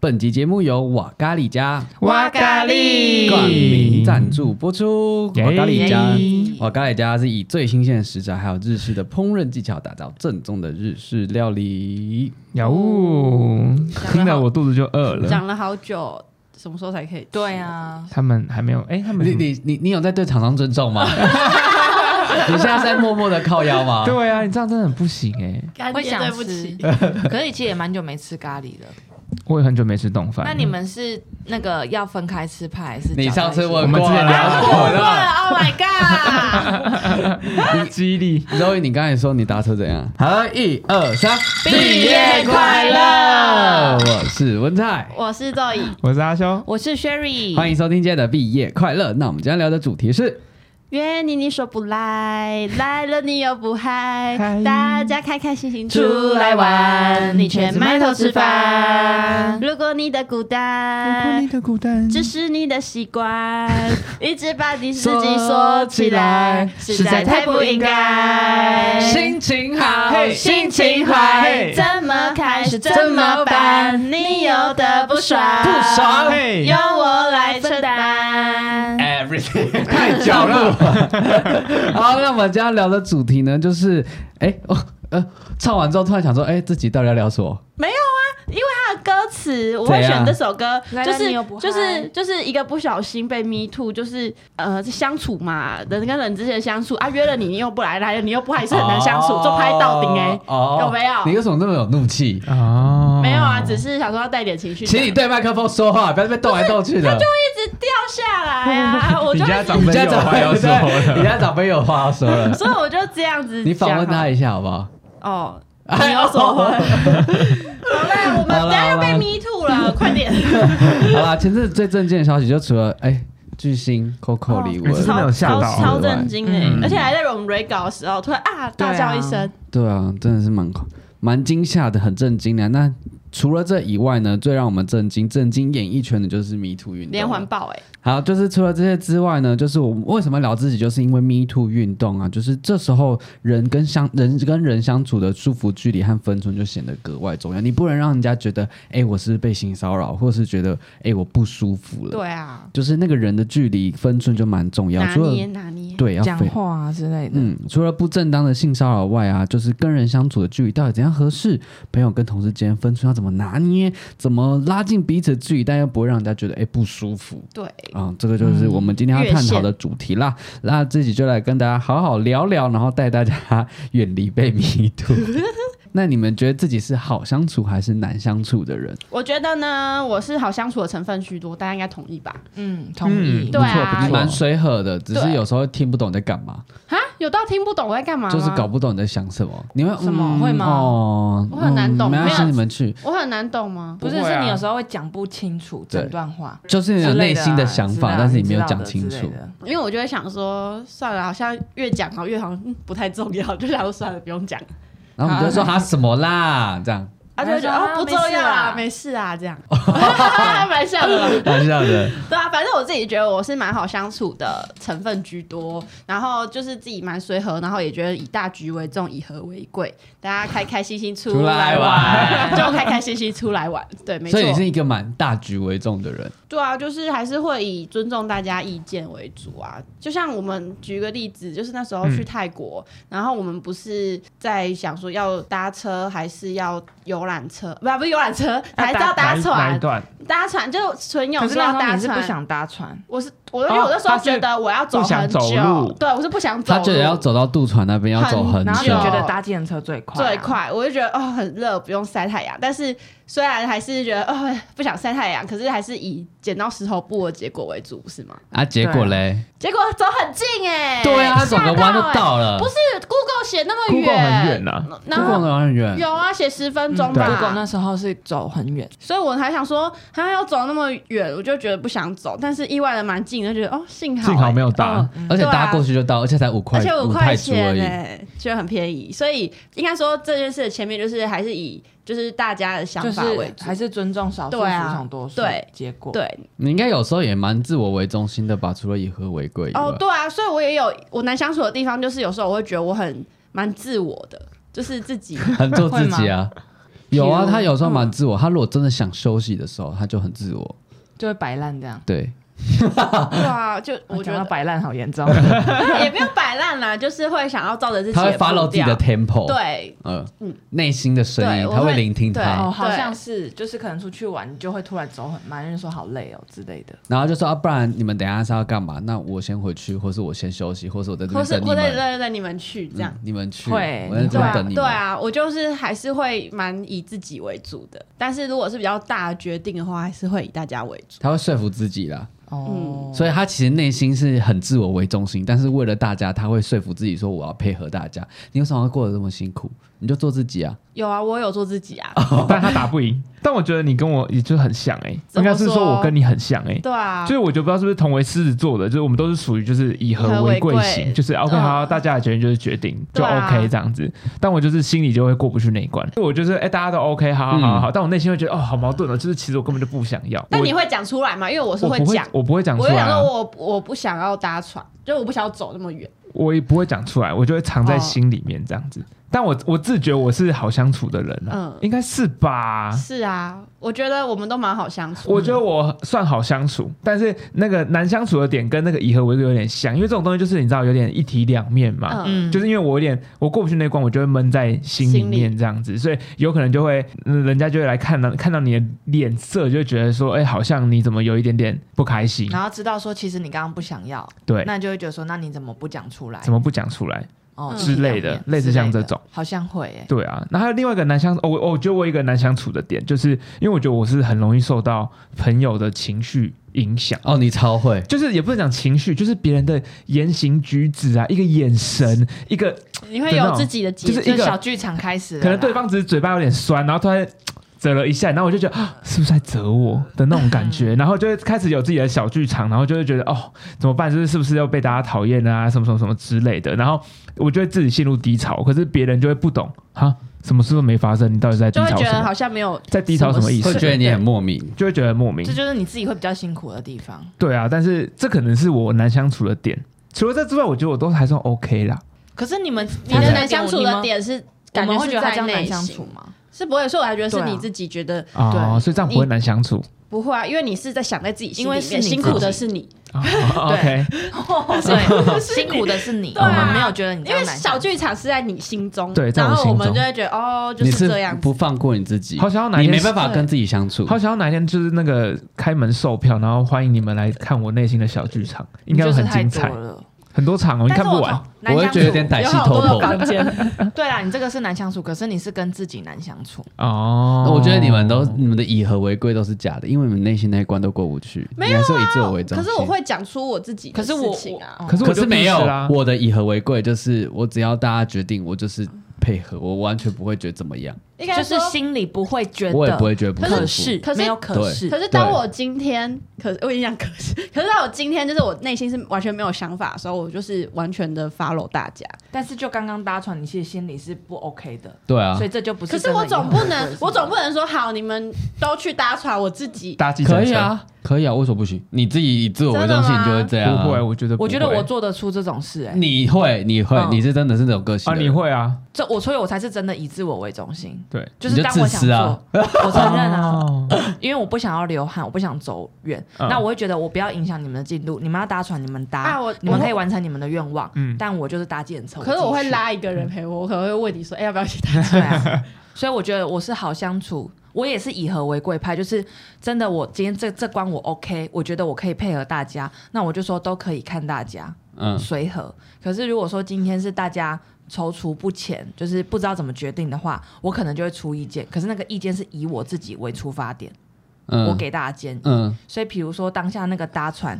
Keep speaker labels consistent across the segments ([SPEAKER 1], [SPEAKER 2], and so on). [SPEAKER 1] 本集节目由瓦咖喱家
[SPEAKER 2] 哇咖喱
[SPEAKER 1] 冠名赞助播出。
[SPEAKER 3] 耶
[SPEAKER 1] 瓦咖喱家
[SPEAKER 2] 耶，
[SPEAKER 1] 瓦咖喱家是以最新鲜的食材还有日式的烹饪技巧，打造正宗的日式料理。
[SPEAKER 3] 有，听到我肚子就饿了。
[SPEAKER 2] 讲了好久，什么时候才可以？
[SPEAKER 4] 对，啊，
[SPEAKER 3] 他们还没有，哎，他们
[SPEAKER 1] 你你你你有在对厂商尊重吗？你现在是在默默的靠腰吗？
[SPEAKER 3] 对啊，你这样真的很不行哎。
[SPEAKER 2] 干
[SPEAKER 4] 会
[SPEAKER 2] 爹
[SPEAKER 4] 想
[SPEAKER 2] 对不
[SPEAKER 4] 吃
[SPEAKER 2] 起，，
[SPEAKER 4] 可是其实也蛮久没吃 咖喱了。
[SPEAKER 3] 我也很久没吃冻饭了。
[SPEAKER 4] 那你们是那个要分开吃派还是？
[SPEAKER 1] 你上次
[SPEAKER 3] 我
[SPEAKER 1] 问
[SPEAKER 3] 们
[SPEAKER 1] 过
[SPEAKER 3] 之前聊过
[SPEAKER 1] 了，
[SPEAKER 2] 了，Oh my god！
[SPEAKER 3] 激励？
[SPEAKER 1] 周宇，你刚才说你搭车怎样？好，一二三，
[SPEAKER 2] 毕业快
[SPEAKER 1] 乐
[SPEAKER 2] 乐！
[SPEAKER 1] 我是温菜，
[SPEAKER 2] 我是赵颖，
[SPEAKER 3] 我是阿修，
[SPEAKER 4] 我是 Sherry，
[SPEAKER 1] 欢迎收听今天的毕业快乐。那我们今天聊的主题是
[SPEAKER 2] 约你你说不来，来了你又不嗨
[SPEAKER 3] 嗨，
[SPEAKER 2] 大家开开心心
[SPEAKER 4] 出来玩
[SPEAKER 2] 你却埋头吃饭。
[SPEAKER 4] 如
[SPEAKER 2] 如果你的孤单，
[SPEAKER 3] 的孤单
[SPEAKER 2] 只呃是你的习 惯，一直把你自己锁起来，实在太不应该。
[SPEAKER 1] 心情好，
[SPEAKER 3] 嘿
[SPEAKER 2] 心情坏，怎么开始怎么办？你有的不爽，
[SPEAKER 1] 不爽
[SPEAKER 3] 嘿
[SPEAKER 2] 由我来承担。
[SPEAKER 1] everything 太久了。好，那我们今天聊的主题呢，就是哎哦呃，唱完之后突然想说，哎，自己到底要聊什么？
[SPEAKER 2] 没有啊，因为它的歌词我会
[SPEAKER 1] 怎样
[SPEAKER 2] 选这首歌，
[SPEAKER 4] 来
[SPEAKER 2] 就
[SPEAKER 4] 了
[SPEAKER 2] 是
[SPEAKER 4] 你又不嗨
[SPEAKER 2] 就是就是一个不小心被 me too，就是呃相处嘛，人跟人之间的相处啊，约了你你又不来，来了你又不来，是很难相处，就拍到顶哎，
[SPEAKER 1] 哦
[SPEAKER 2] 有没有
[SPEAKER 1] 你为什么那么有怒气？
[SPEAKER 3] 哦，
[SPEAKER 2] 没有啊，只是想说要带点情绪，
[SPEAKER 1] 请你对麦克风说话，不要被动来动 去的。
[SPEAKER 2] 一直掉下来啊，我
[SPEAKER 3] 你
[SPEAKER 2] 就
[SPEAKER 3] 家
[SPEAKER 2] 一直
[SPEAKER 3] 长 辈
[SPEAKER 1] 你家
[SPEAKER 3] 有
[SPEAKER 1] 长
[SPEAKER 3] 话
[SPEAKER 1] 辈
[SPEAKER 3] 要说
[SPEAKER 1] 对你
[SPEAKER 3] 了，
[SPEAKER 1] 家长辈有话要说了。
[SPEAKER 2] 所以我就这样子
[SPEAKER 1] 呃
[SPEAKER 2] 讲好了。
[SPEAKER 1] 你访问他一下好不好？
[SPEAKER 2] 哦，你要说 话。好啦，我们
[SPEAKER 1] 好啦
[SPEAKER 2] 等下又
[SPEAKER 1] 好
[SPEAKER 2] 被
[SPEAKER 1] 啦
[SPEAKER 2] me too 了，快点！
[SPEAKER 1] 好啦，前阵子最正经的消息就除了哎巨星 Coco 李玟，
[SPEAKER 3] 哎真的有吓
[SPEAKER 2] 嗯超
[SPEAKER 3] 到
[SPEAKER 2] 超震惊哎、
[SPEAKER 3] 嗯
[SPEAKER 2] 而且还在我们 re 稿的时候，突然啊大叫一声，
[SPEAKER 1] 对啊，真的是蛮蛮惊吓的，很震惊的。那除了这以外呢，最让我们震惊、震惊演艺圈的就是迷途运动了啊
[SPEAKER 2] 连环爆哎、
[SPEAKER 1] 好，就是除了这些之外呢，就是我们为什么聊自己，就是因为 Me Too 运动啊，就是这时候人跟相人跟人相处的舒服距离和分寸就显得格外重要。你不能让人家觉得，哎、我是被性骚扰，或是觉得，哎、我不舒服了。
[SPEAKER 4] 对啊，
[SPEAKER 1] 就是那个人的距离分寸就蛮重要，
[SPEAKER 2] 拿
[SPEAKER 1] 除了
[SPEAKER 2] 捏拿捏。
[SPEAKER 1] 对要
[SPEAKER 4] 讲
[SPEAKER 1] 非
[SPEAKER 4] 话啊之类的。
[SPEAKER 1] 嗯，除了不正当的性骚扰外啊，就是跟人相处的距离到底怎样合适，朋友跟同事间分寸要怎么拿捏，怎么拉近彼此的距离，但又不会让人家觉得哎、不舒服
[SPEAKER 2] 对，
[SPEAKER 1] 啊、这个就是我们今天要
[SPEAKER 2] 越
[SPEAKER 1] 探讨的主题啦。那自己就来跟大家好好聊聊，然后带大家远离被迷 途。那你们觉得自己是好相处还是难相处的人？
[SPEAKER 2] 我觉得呢，我是好相处的成分居多，大家应该同意吧？
[SPEAKER 4] 嗯，同意。
[SPEAKER 3] 嗯
[SPEAKER 2] 对啊
[SPEAKER 1] 你
[SPEAKER 3] 不错
[SPEAKER 1] 蛮随和的，只是
[SPEAKER 2] 对
[SPEAKER 1] 有时候听不懂你在干嘛，
[SPEAKER 2] 啊，有到听不懂我在干嘛吗
[SPEAKER 1] 就是搞，不懂你在想什么。你会
[SPEAKER 4] 什么
[SPEAKER 1] 嗯
[SPEAKER 4] 会吗
[SPEAKER 1] 哦，
[SPEAKER 2] 我很难懂
[SPEAKER 1] 嗯没关
[SPEAKER 2] 没
[SPEAKER 1] 系，
[SPEAKER 2] 有
[SPEAKER 1] 你们去。
[SPEAKER 2] 我很难懂吗？
[SPEAKER 4] 不
[SPEAKER 3] 不
[SPEAKER 4] 是，
[SPEAKER 3] 会
[SPEAKER 4] 是
[SPEAKER 3] 啊
[SPEAKER 4] 你有时候会讲不清楚
[SPEAKER 1] 对
[SPEAKER 4] 整段话
[SPEAKER 1] 就是你
[SPEAKER 4] 之
[SPEAKER 1] 有内
[SPEAKER 4] 类的啊
[SPEAKER 1] 心的想法，
[SPEAKER 4] 知道
[SPEAKER 1] 但是你没有
[SPEAKER 4] 知道
[SPEAKER 1] 讲
[SPEAKER 4] 的
[SPEAKER 1] 清
[SPEAKER 4] 之类
[SPEAKER 1] 楚。
[SPEAKER 4] 的
[SPEAKER 2] 因为我就会想说，算了，好像越讲好像越好像、嗯、不太重要，就想说算了，不用讲。
[SPEAKER 1] 然后我们就说他什么啦，这样，
[SPEAKER 2] 他就会觉得
[SPEAKER 4] 他
[SPEAKER 2] 哦
[SPEAKER 4] 说啊
[SPEAKER 2] 不重要啦，没
[SPEAKER 4] 没
[SPEAKER 2] 事啊，这样， 蛮像的吧。
[SPEAKER 1] 蛮像的。
[SPEAKER 2] 对啊，反正我自己觉得我是蛮好相处的成分居多，然后就是自己蛮随和，然后也觉得以大局为重，以和为贵，大家开开心心出来玩， 就开开心心出来玩。对，没错
[SPEAKER 1] 所以。你是一个蛮大局为重的
[SPEAKER 4] 嗯
[SPEAKER 1] 人。
[SPEAKER 2] 对啊，就是还是会以尊重大家意见为主啊。就像我们举个例子，就是那时候
[SPEAKER 4] 嗯
[SPEAKER 2] 去泰国，然后我们不是在想说要搭车还是要游览车，不不是游览车，
[SPEAKER 4] 啊
[SPEAKER 2] 还是要搭
[SPEAKER 3] 哪一
[SPEAKER 2] 船？
[SPEAKER 3] 段？
[SPEAKER 2] 搭船就纯友
[SPEAKER 4] 可是
[SPEAKER 2] 说要
[SPEAKER 4] 那时候
[SPEAKER 2] 搭
[SPEAKER 4] 你是不
[SPEAKER 2] 船。
[SPEAKER 4] 想搭船，
[SPEAKER 2] 我是我，因为我那时候觉得我要走很久，
[SPEAKER 3] 他是不想走路
[SPEAKER 2] 对我是不想走
[SPEAKER 1] 他
[SPEAKER 2] 路，
[SPEAKER 1] 觉得要走到渡船那边要走很
[SPEAKER 4] 然后你
[SPEAKER 1] 久，
[SPEAKER 4] 觉得搭计程车最快啊，
[SPEAKER 2] 最快，我就觉得哦很热，不用晒太阳。但是虽然还是觉得哦不想晒太阳，可是还是以剪刀石头布的结果为主，不是吗？
[SPEAKER 1] 啊，结果嘞，
[SPEAKER 2] 结果走很近哎、
[SPEAKER 1] 对啊，他走个弯就
[SPEAKER 2] 吓欸
[SPEAKER 1] 到了
[SPEAKER 2] 不。是 Google 写那么
[SPEAKER 3] Google 很远啊
[SPEAKER 2] 远，
[SPEAKER 3] 呐，
[SPEAKER 2] 然后
[SPEAKER 1] 的很远，
[SPEAKER 2] 有啊写十分钟
[SPEAKER 3] 嗯
[SPEAKER 2] 吧
[SPEAKER 3] 对。
[SPEAKER 4] 如果那时候是走很远，
[SPEAKER 2] 所以我还想说，他要走那么远，我就觉得不想走，但是意外的蛮近，就觉得哦，幸好、欸、
[SPEAKER 3] 幸好没有搭
[SPEAKER 2] 嗯，
[SPEAKER 1] 而且
[SPEAKER 2] 对啊
[SPEAKER 1] 搭过去就到，而且才五块
[SPEAKER 2] 而且五
[SPEAKER 1] 泰
[SPEAKER 2] 块
[SPEAKER 1] 铢而
[SPEAKER 2] 钱呢、
[SPEAKER 1] 已。
[SPEAKER 2] 就很便宜。所以应该说这件事的前面就是还是以就是大家的想
[SPEAKER 4] 就
[SPEAKER 2] 法为
[SPEAKER 4] 是
[SPEAKER 2] 主。
[SPEAKER 4] 还是尊重少数，服
[SPEAKER 2] 对啊
[SPEAKER 4] 从多数，
[SPEAKER 2] 对，
[SPEAKER 4] 结果
[SPEAKER 2] 对
[SPEAKER 1] 你应该有时候也蛮自我为中心的吧？除了以和为贵以外
[SPEAKER 2] 哦，，对啊，所以我也有我难相处的地 方，就是有时候我会觉得我很蛮自我的，就是自己
[SPEAKER 1] 很做自己啊。有啊，他有时候
[SPEAKER 4] 嗯
[SPEAKER 1] 蛮自我。他如果真的想休息的时候，他就很自我。
[SPEAKER 4] 就会摆烂这样。
[SPEAKER 1] 对，
[SPEAKER 2] 对啊，就我觉
[SPEAKER 4] 讲到
[SPEAKER 2] 得
[SPEAKER 4] 摆烂好 严重，
[SPEAKER 2] 也不用摆烂啦，就是会想要照着自己
[SPEAKER 1] 他会
[SPEAKER 2] 的步
[SPEAKER 1] follow 自己的
[SPEAKER 2] 调
[SPEAKER 1] tempo，，
[SPEAKER 2] 对，
[SPEAKER 1] 呃
[SPEAKER 2] 嗯，
[SPEAKER 1] 内心的声音，
[SPEAKER 2] 对
[SPEAKER 1] 他
[SPEAKER 2] 我
[SPEAKER 1] 会
[SPEAKER 2] 会
[SPEAKER 1] 聆听
[SPEAKER 2] 对
[SPEAKER 1] 他，
[SPEAKER 4] 哦，好
[SPEAKER 2] 对
[SPEAKER 4] 像是，就是可能出去玩，你就会突然走很慢，人说好累哦之类的。
[SPEAKER 1] 然后就说啊，不然你们等一下是要干嘛？那我先回去，或是我先休息，或是我在这
[SPEAKER 2] 或
[SPEAKER 1] 边
[SPEAKER 2] 是
[SPEAKER 1] 等
[SPEAKER 2] 或
[SPEAKER 1] 你
[SPEAKER 2] 者
[SPEAKER 1] 们，
[SPEAKER 2] 让让你们去这样
[SPEAKER 1] 嗯。你们去，
[SPEAKER 4] 会
[SPEAKER 1] 我在这
[SPEAKER 2] 对
[SPEAKER 1] 边
[SPEAKER 2] 啊，
[SPEAKER 1] 等你
[SPEAKER 2] 对
[SPEAKER 1] 们。
[SPEAKER 2] 啊，我就是还是会蛮以自己为主的，但是如果是比较大的决定的话，还是会以大家为主。
[SPEAKER 1] 他会说服自己啦，
[SPEAKER 2] 嗯
[SPEAKER 4] 哦，
[SPEAKER 1] 所以他其实内心是很自我为中心，但是为了大家，他会说服自己说我要配合大家。你为什么要过得这么辛苦？你就做自己啊！
[SPEAKER 2] 有啊，我有做自己啊，
[SPEAKER 3] 但他打不 赢。但我觉得你跟我也就很像哎、
[SPEAKER 2] 怎
[SPEAKER 3] 应
[SPEAKER 2] 么
[SPEAKER 3] 该是说我跟你很像哎、
[SPEAKER 2] 对啊，
[SPEAKER 3] 就是我就不知道是不是同为狮子座的，就是我们都是属于就是以和为贵
[SPEAKER 2] 以和为贵
[SPEAKER 3] 型，就是 OK
[SPEAKER 2] 嗯
[SPEAKER 3] 好，大家的决定就是决定就
[SPEAKER 2] 对啊嗯
[SPEAKER 3] OK 这样子。但我就是心里就会过不去那一关，因为我就是哎、大家都 OK 好好好好，但我内心会觉得哦好矛盾哦，就是其实我根本就不想要。
[SPEAKER 2] 但
[SPEAKER 3] 我
[SPEAKER 2] 你会讲出来吗？因为我是
[SPEAKER 3] 我不会
[SPEAKER 2] 讲，
[SPEAKER 3] 我不会讲出
[SPEAKER 2] 我
[SPEAKER 3] 来
[SPEAKER 2] 就想
[SPEAKER 3] 啊，
[SPEAKER 2] 说我我不想要搭船，就是我不想要走那么远。
[SPEAKER 3] 我也不会讲出来，我就会藏在
[SPEAKER 2] 哦
[SPEAKER 3] 心里面这样子。但我我自觉我是好相处的人了、
[SPEAKER 2] 嗯
[SPEAKER 3] 应该是吧？
[SPEAKER 2] 是啊，我觉得我们都蛮好相处的。
[SPEAKER 3] 我觉得我算好相处，但是那个难相处的点跟那个以和为贵有点像，因为这种东西就是你知道有点一体两面嘛。
[SPEAKER 2] 嗯，
[SPEAKER 3] 就是因为我有点我过不去那一关，我就会闷在心里面这样子，所以有可能就会，嗯人家就会来看到看到你的脸色，就会觉得说，哎、好像你怎么有一点点不开心，
[SPEAKER 4] 然后知道说其实你刚刚不想要，
[SPEAKER 3] 嗯对，
[SPEAKER 4] 啊那就会觉得说那你怎么不讲出来？
[SPEAKER 3] 怎么不讲出来？
[SPEAKER 4] 哦
[SPEAKER 2] 之
[SPEAKER 3] 类的
[SPEAKER 4] 一体两面
[SPEAKER 3] 类似像这种
[SPEAKER 4] 之类的好像会欸诶。
[SPEAKER 3] 对啊，那还有另外一个难相哦，我我觉得我有一个难相处的点，就是因为我觉得我是很容易受到朋友的情绪影响。
[SPEAKER 1] 哦，你超 会，
[SPEAKER 3] 就是也不能讲情绪，就是别人的言行举止啊，一个眼神，一个
[SPEAKER 2] 你会有自己的节
[SPEAKER 3] 就是
[SPEAKER 2] 奏，
[SPEAKER 3] 一个
[SPEAKER 4] 就小剧场开始了啦，
[SPEAKER 3] 可能对方只是嘴巴有点酸，然后突然嘖啧了一下，然后我就觉得、啊是不是在责我的那种感觉，然后就会开始有自己的小剧场，然后就会觉得哦怎么办，就是是不是要被大家讨厌啊，什么什么什么之类的，然后我就会自己陷入低潮，可是别人就会不懂哈，什么事都没发生，你到底在低
[SPEAKER 2] 就会
[SPEAKER 3] 潮
[SPEAKER 2] 觉
[SPEAKER 3] 什
[SPEAKER 2] 得
[SPEAKER 3] 么？
[SPEAKER 2] 好像没有
[SPEAKER 3] 在低潮什么意
[SPEAKER 1] 会
[SPEAKER 3] 思？
[SPEAKER 1] 觉得你很莫名。
[SPEAKER 3] 就会觉得莫名
[SPEAKER 4] 这就是你自己会比较辛苦的地方。
[SPEAKER 3] 对啊，但是这可能是我难相处的点。除了这之外，我觉得我都还算 OK 啦。
[SPEAKER 4] 可是你们
[SPEAKER 3] 嗯
[SPEAKER 2] 你的难相处的，点是
[SPEAKER 4] 你
[SPEAKER 2] 感
[SPEAKER 4] 们我们
[SPEAKER 2] 觉是
[SPEAKER 4] 会觉得他
[SPEAKER 2] 在
[SPEAKER 4] 这样难
[SPEAKER 2] 内
[SPEAKER 4] 相
[SPEAKER 2] 心
[SPEAKER 4] 处，吗？
[SPEAKER 2] 是不会，所以我还觉得是
[SPEAKER 4] 对啊
[SPEAKER 2] 你自己觉得
[SPEAKER 3] 哦，
[SPEAKER 4] 对
[SPEAKER 3] 所以这样不会难相处。
[SPEAKER 2] 不会啊，因为你是在想在自己心里
[SPEAKER 4] 因为
[SPEAKER 2] 面，
[SPEAKER 4] 是你
[SPEAKER 2] 辛苦的是你，
[SPEAKER 3] 哦 OK，
[SPEAKER 4] 对，辛苦的是你，
[SPEAKER 2] 哦对
[SPEAKER 4] 我
[SPEAKER 2] 啊
[SPEAKER 4] 们没有觉得你这
[SPEAKER 2] 因为
[SPEAKER 4] 样难相
[SPEAKER 2] 小
[SPEAKER 4] 处。
[SPEAKER 2] 剧场是在你心中，
[SPEAKER 3] 对在我
[SPEAKER 2] 然后我们
[SPEAKER 3] 心
[SPEAKER 2] 就
[SPEAKER 3] 中
[SPEAKER 2] 会觉得哦，就
[SPEAKER 1] 你
[SPEAKER 2] 这
[SPEAKER 1] 是
[SPEAKER 2] 样子，
[SPEAKER 1] 不放过你自己，
[SPEAKER 3] 好想要哪一
[SPEAKER 1] 你
[SPEAKER 3] 天
[SPEAKER 1] 没办法跟自己相处。
[SPEAKER 3] 好想要哪一天就是那个开门售票，然后欢迎你们来看我内心的小剧场，应该会很精
[SPEAKER 4] 嗯你就是
[SPEAKER 3] 彩
[SPEAKER 4] 太多，了
[SPEAKER 3] 很多场哦，你看不完。
[SPEAKER 1] 我会觉得有点歹戏偷
[SPEAKER 2] 有好多
[SPEAKER 1] 偷
[SPEAKER 2] 个。房 间，
[SPEAKER 4] 对啦，你这个是难相处，可是你是跟自己难相处，
[SPEAKER 3] 哦。
[SPEAKER 1] 我觉得你们都你们的以和为贵都是假的，因为你们内心那一关都过不去，
[SPEAKER 2] 没有
[SPEAKER 1] 你还是以自我为中
[SPEAKER 2] 可
[SPEAKER 1] 心。
[SPEAKER 2] 是我，会讲出我自己的
[SPEAKER 4] 可
[SPEAKER 2] 事
[SPEAKER 4] 是我哦
[SPEAKER 2] 情啊，
[SPEAKER 3] 可是我
[SPEAKER 1] 可
[SPEAKER 3] 就是
[SPEAKER 1] 没有
[SPEAKER 3] 不啦，
[SPEAKER 1] 我的以和为贵就是我只要大家决定，我就是配合，我完全不会觉得怎么样，
[SPEAKER 2] 应该
[SPEAKER 4] 就是
[SPEAKER 2] 说。
[SPEAKER 4] 心里不会觉得，
[SPEAKER 1] 我也不会觉得不舒服。
[SPEAKER 4] 可是
[SPEAKER 2] 可是
[SPEAKER 4] 没有可
[SPEAKER 1] 对
[SPEAKER 4] 是，
[SPEAKER 2] 可是当我今天，可我跟你讲，可是，可是当我今天就是我内心是完全没有想法的时候，我就是完全的 follow 大家。
[SPEAKER 4] 但是就刚刚搭船，你其实心里是不 OK 的，
[SPEAKER 1] 对啊
[SPEAKER 4] 所以，这就不是
[SPEAKER 2] 可
[SPEAKER 4] 真的
[SPEAKER 2] 是
[SPEAKER 4] 有
[SPEAKER 2] 我
[SPEAKER 4] 很
[SPEAKER 2] 总
[SPEAKER 4] 多人会
[SPEAKER 2] 不
[SPEAKER 4] 这样。
[SPEAKER 2] 能，我总不能说好，你们都去搭船，我自己
[SPEAKER 3] 搭计程车
[SPEAKER 1] 可以，啊，可以啊，为什么不行？你自己以自我为中心，
[SPEAKER 2] 真
[SPEAKER 1] 你
[SPEAKER 2] 的吗
[SPEAKER 1] 就会这样、啊。
[SPEAKER 3] 不会，，我觉得不
[SPEAKER 4] 我觉得
[SPEAKER 3] 会
[SPEAKER 4] 我做得出这种事、哎，
[SPEAKER 1] 你会，你会，
[SPEAKER 4] 嗯
[SPEAKER 1] 你是真的是那种个性
[SPEAKER 3] 啊，
[SPEAKER 1] 的人
[SPEAKER 3] 你会啊，
[SPEAKER 4] 这我所以我才是真的以自我为中心，
[SPEAKER 3] 对，
[SPEAKER 4] 就是当
[SPEAKER 1] 你就
[SPEAKER 4] 我
[SPEAKER 1] 自
[SPEAKER 4] 想
[SPEAKER 1] 私
[SPEAKER 4] 做，
[SPEAKER 1] 啊
[SPEAKER 4] 我承认 啊，
[SPEAKER 3] 哦
[SPEAKER 4] 因为我不想要流汗，我不想走远，
[SPEAKER 3] 嗯
[SPEAKER 4] 那我会觉得我不要影响你们的进度，你们要搭船，你们搭，
[SPEAKER 2] 啊我
[SPEAKER 4] 你们
[SPEAKER 2] 我
[SPEAKER 4] 可以完成你们的愿望，
[SPEAKER 3] 嗯
[SPEAKER 4] 但我就是搭建车，
[SPEAKER 2] 可是我
[SPEAKER 4] 自
[SPEAKER 2] 会
[SPEAKER 4] 己去，
[SPEAKER 2] 拉一个人陪我，我可能会问你说，哎、要不要一 起搭？
[SPEAKER 4] 对啊，所以我觉得我是好相处。我也是以和为贵派，就是真的，我今天这这关我 OK，我觉得我可以配合大家，那我就说都可以看大家，
[SPEAKER 1] 嗯，
[SPEAKER 4] 随和。可是如果说今天是大家踌躇不前，就是不知道怎么决定的话，我可能就会出意见。可是那个意见是以我自己为出发点，
[SPEAKER 1] 嗯
[SPEAKER 4] 我给大家建议。
[SPEAKER 1] 嗯，
[SPEAKER 4] 所以比如说当下那个搭船。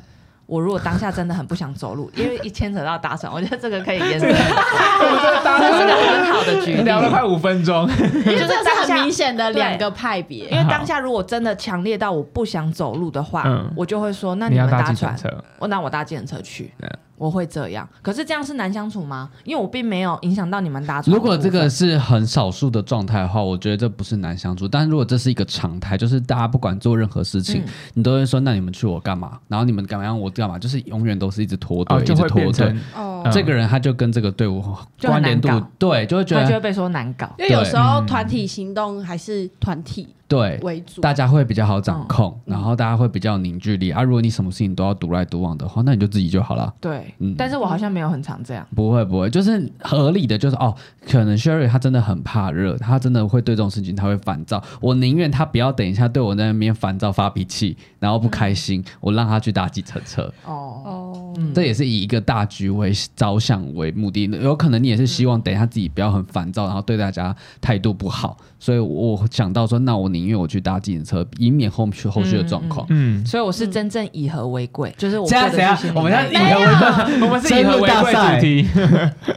[SPEAKER 4] 我如果当下真的很不想走路，因为一牵扯到搭船，我觉得这个可以延伸， 这是个很好的举例。
[SPEAKER 3] 聊了快五分钟，
[SPEAKER 2] 因为这个是
[SPEAKER 4] 当
[SPEAKER 2] 很
[SPEAKER 4] 下
[SPEAKER 2] 明显的
[SPEAKER 4] 对
[SPEAKER 2] 两个派别
[SPEAKER 4] 因。为当下如果真的强烈到我不想走路的话，
[SPEAKER 3] 嗯
[SPEAKER 4] 我就会说：那
[SPEAKER 3] 你
[SPEAKER 4] 们
[SPEAKER 3] 要搭
[SPEAKER 4] 搭
[SPEAKER 3] 计程
[SPEAKER 4] 船，
[SPEAKER 3] 车，嗯
[SPEAKER 4] 我那我搭计程车去
[SPEAKER 3] 对。
[SPEAKER 4] 我会这样。可是这样是难相处吗？因为我并没有影响到你们搭船的
[SPEAKER 1] 如
[SPEAKER 4] 部分。
[SPEAKER 1] 果这个是很少数的状态的话，我觉得这不是难相处。但如果这是一个常态，就是大家不管做任何事情，
[SPEAKER 4] 嗯
[SPEAKER 1] 你都会说那你们去我干嘛？然后你们干嘛让我干嘛？就是永远都是一直拖队，
[SPEAKER 3] 哦，
[SPEAKER 1] 一
[SPEAKER 3] 就
[SPEAKER 1] 直
[SPEAKER 3] 会
[SPEAKER 1] 拖
[SPEAKER 3] 变
[SPEAKER 1] 队
[SPEAKER 3] 成。
[SPEAKER 2] 哦
[SPEAKER 3] 嗯
[SPEAKER 1] 这个人他就跟这个队伍
[SPEAKER 4] 就
[SPEAKER 1] 关
[SPEAKER 4] 很
[SPEAKER 1] 联
[SPEAKER 4] 难
[SPEAKER 1] 度
[SPEAKER 4] 搞，
[SPEAKER 1] 对，就会觉
[SPEAKER 4] 他就
[SPEAKER 1] 得
[SPEAKER 4] 会被说难搞。
[SPEAKER 2] 因为有
[SPEAKER 1] 对
[SPEAKER 2] 时候
[SPEAKER 3] 嗯
[SPEAKER 2] 团体行动还是团体
[SPEAKER 1] 对，
[SPEAKER 2] 为主，
[SPEAKER 1] 大家会比较好掌控，
[SPEAKER 2] 嗯
[SPEAKER 1] 然后大家会比较有凝聚力啊。如果你什么事情都要独来独往的话，那你就自己就好了。
[SPEAKER 4] 对，
[SPEAKER 1] 嗯
[SPEAKER 4] 但是我好像没有很常这样。
[SPEAKER 1] 不会不会，就是合理的，就是哦，可能 Sherry 她真的很怕热，她真的会对这种事情她会烦躁。我宁愿她不要等一下对我在那边烦躁发脾气，然后不开心，我让她去搭计程车。
[SPEAKER 4] 哦，
[SPEAKER 2] 哦，
[SPEAKER 4] 嗯
[SPEAKER 1] 这也是以一个大局为着想为目的，有可能你也是希望等一下自己不要很烦躁，然后对大家态度不好，所以我想到说，那我宁愿我去搭计程车，以免后续后续的状况。
[SPEAKER 3] 嗯，
[SPEAKER 4] 所以我是真正以和为贵，就是我
[SPEAKER 3] 现在
[SPEAKER 4] 做的
[SPEAKER 3] 谁啊
[SPEAKER 4] 事情
[SPEAKER 3] 我们现在
[SPEAKER 4] 里
[SPEAKER 3] 以
[SPEAKER 4] 面
[SPEAKER 2] 没
[SPEAKER 3] 和
[SPEAKER 2] 有
[SPEAKER 3] 为， 我们是以和为贵主题，
[SPEAKER 4] 啊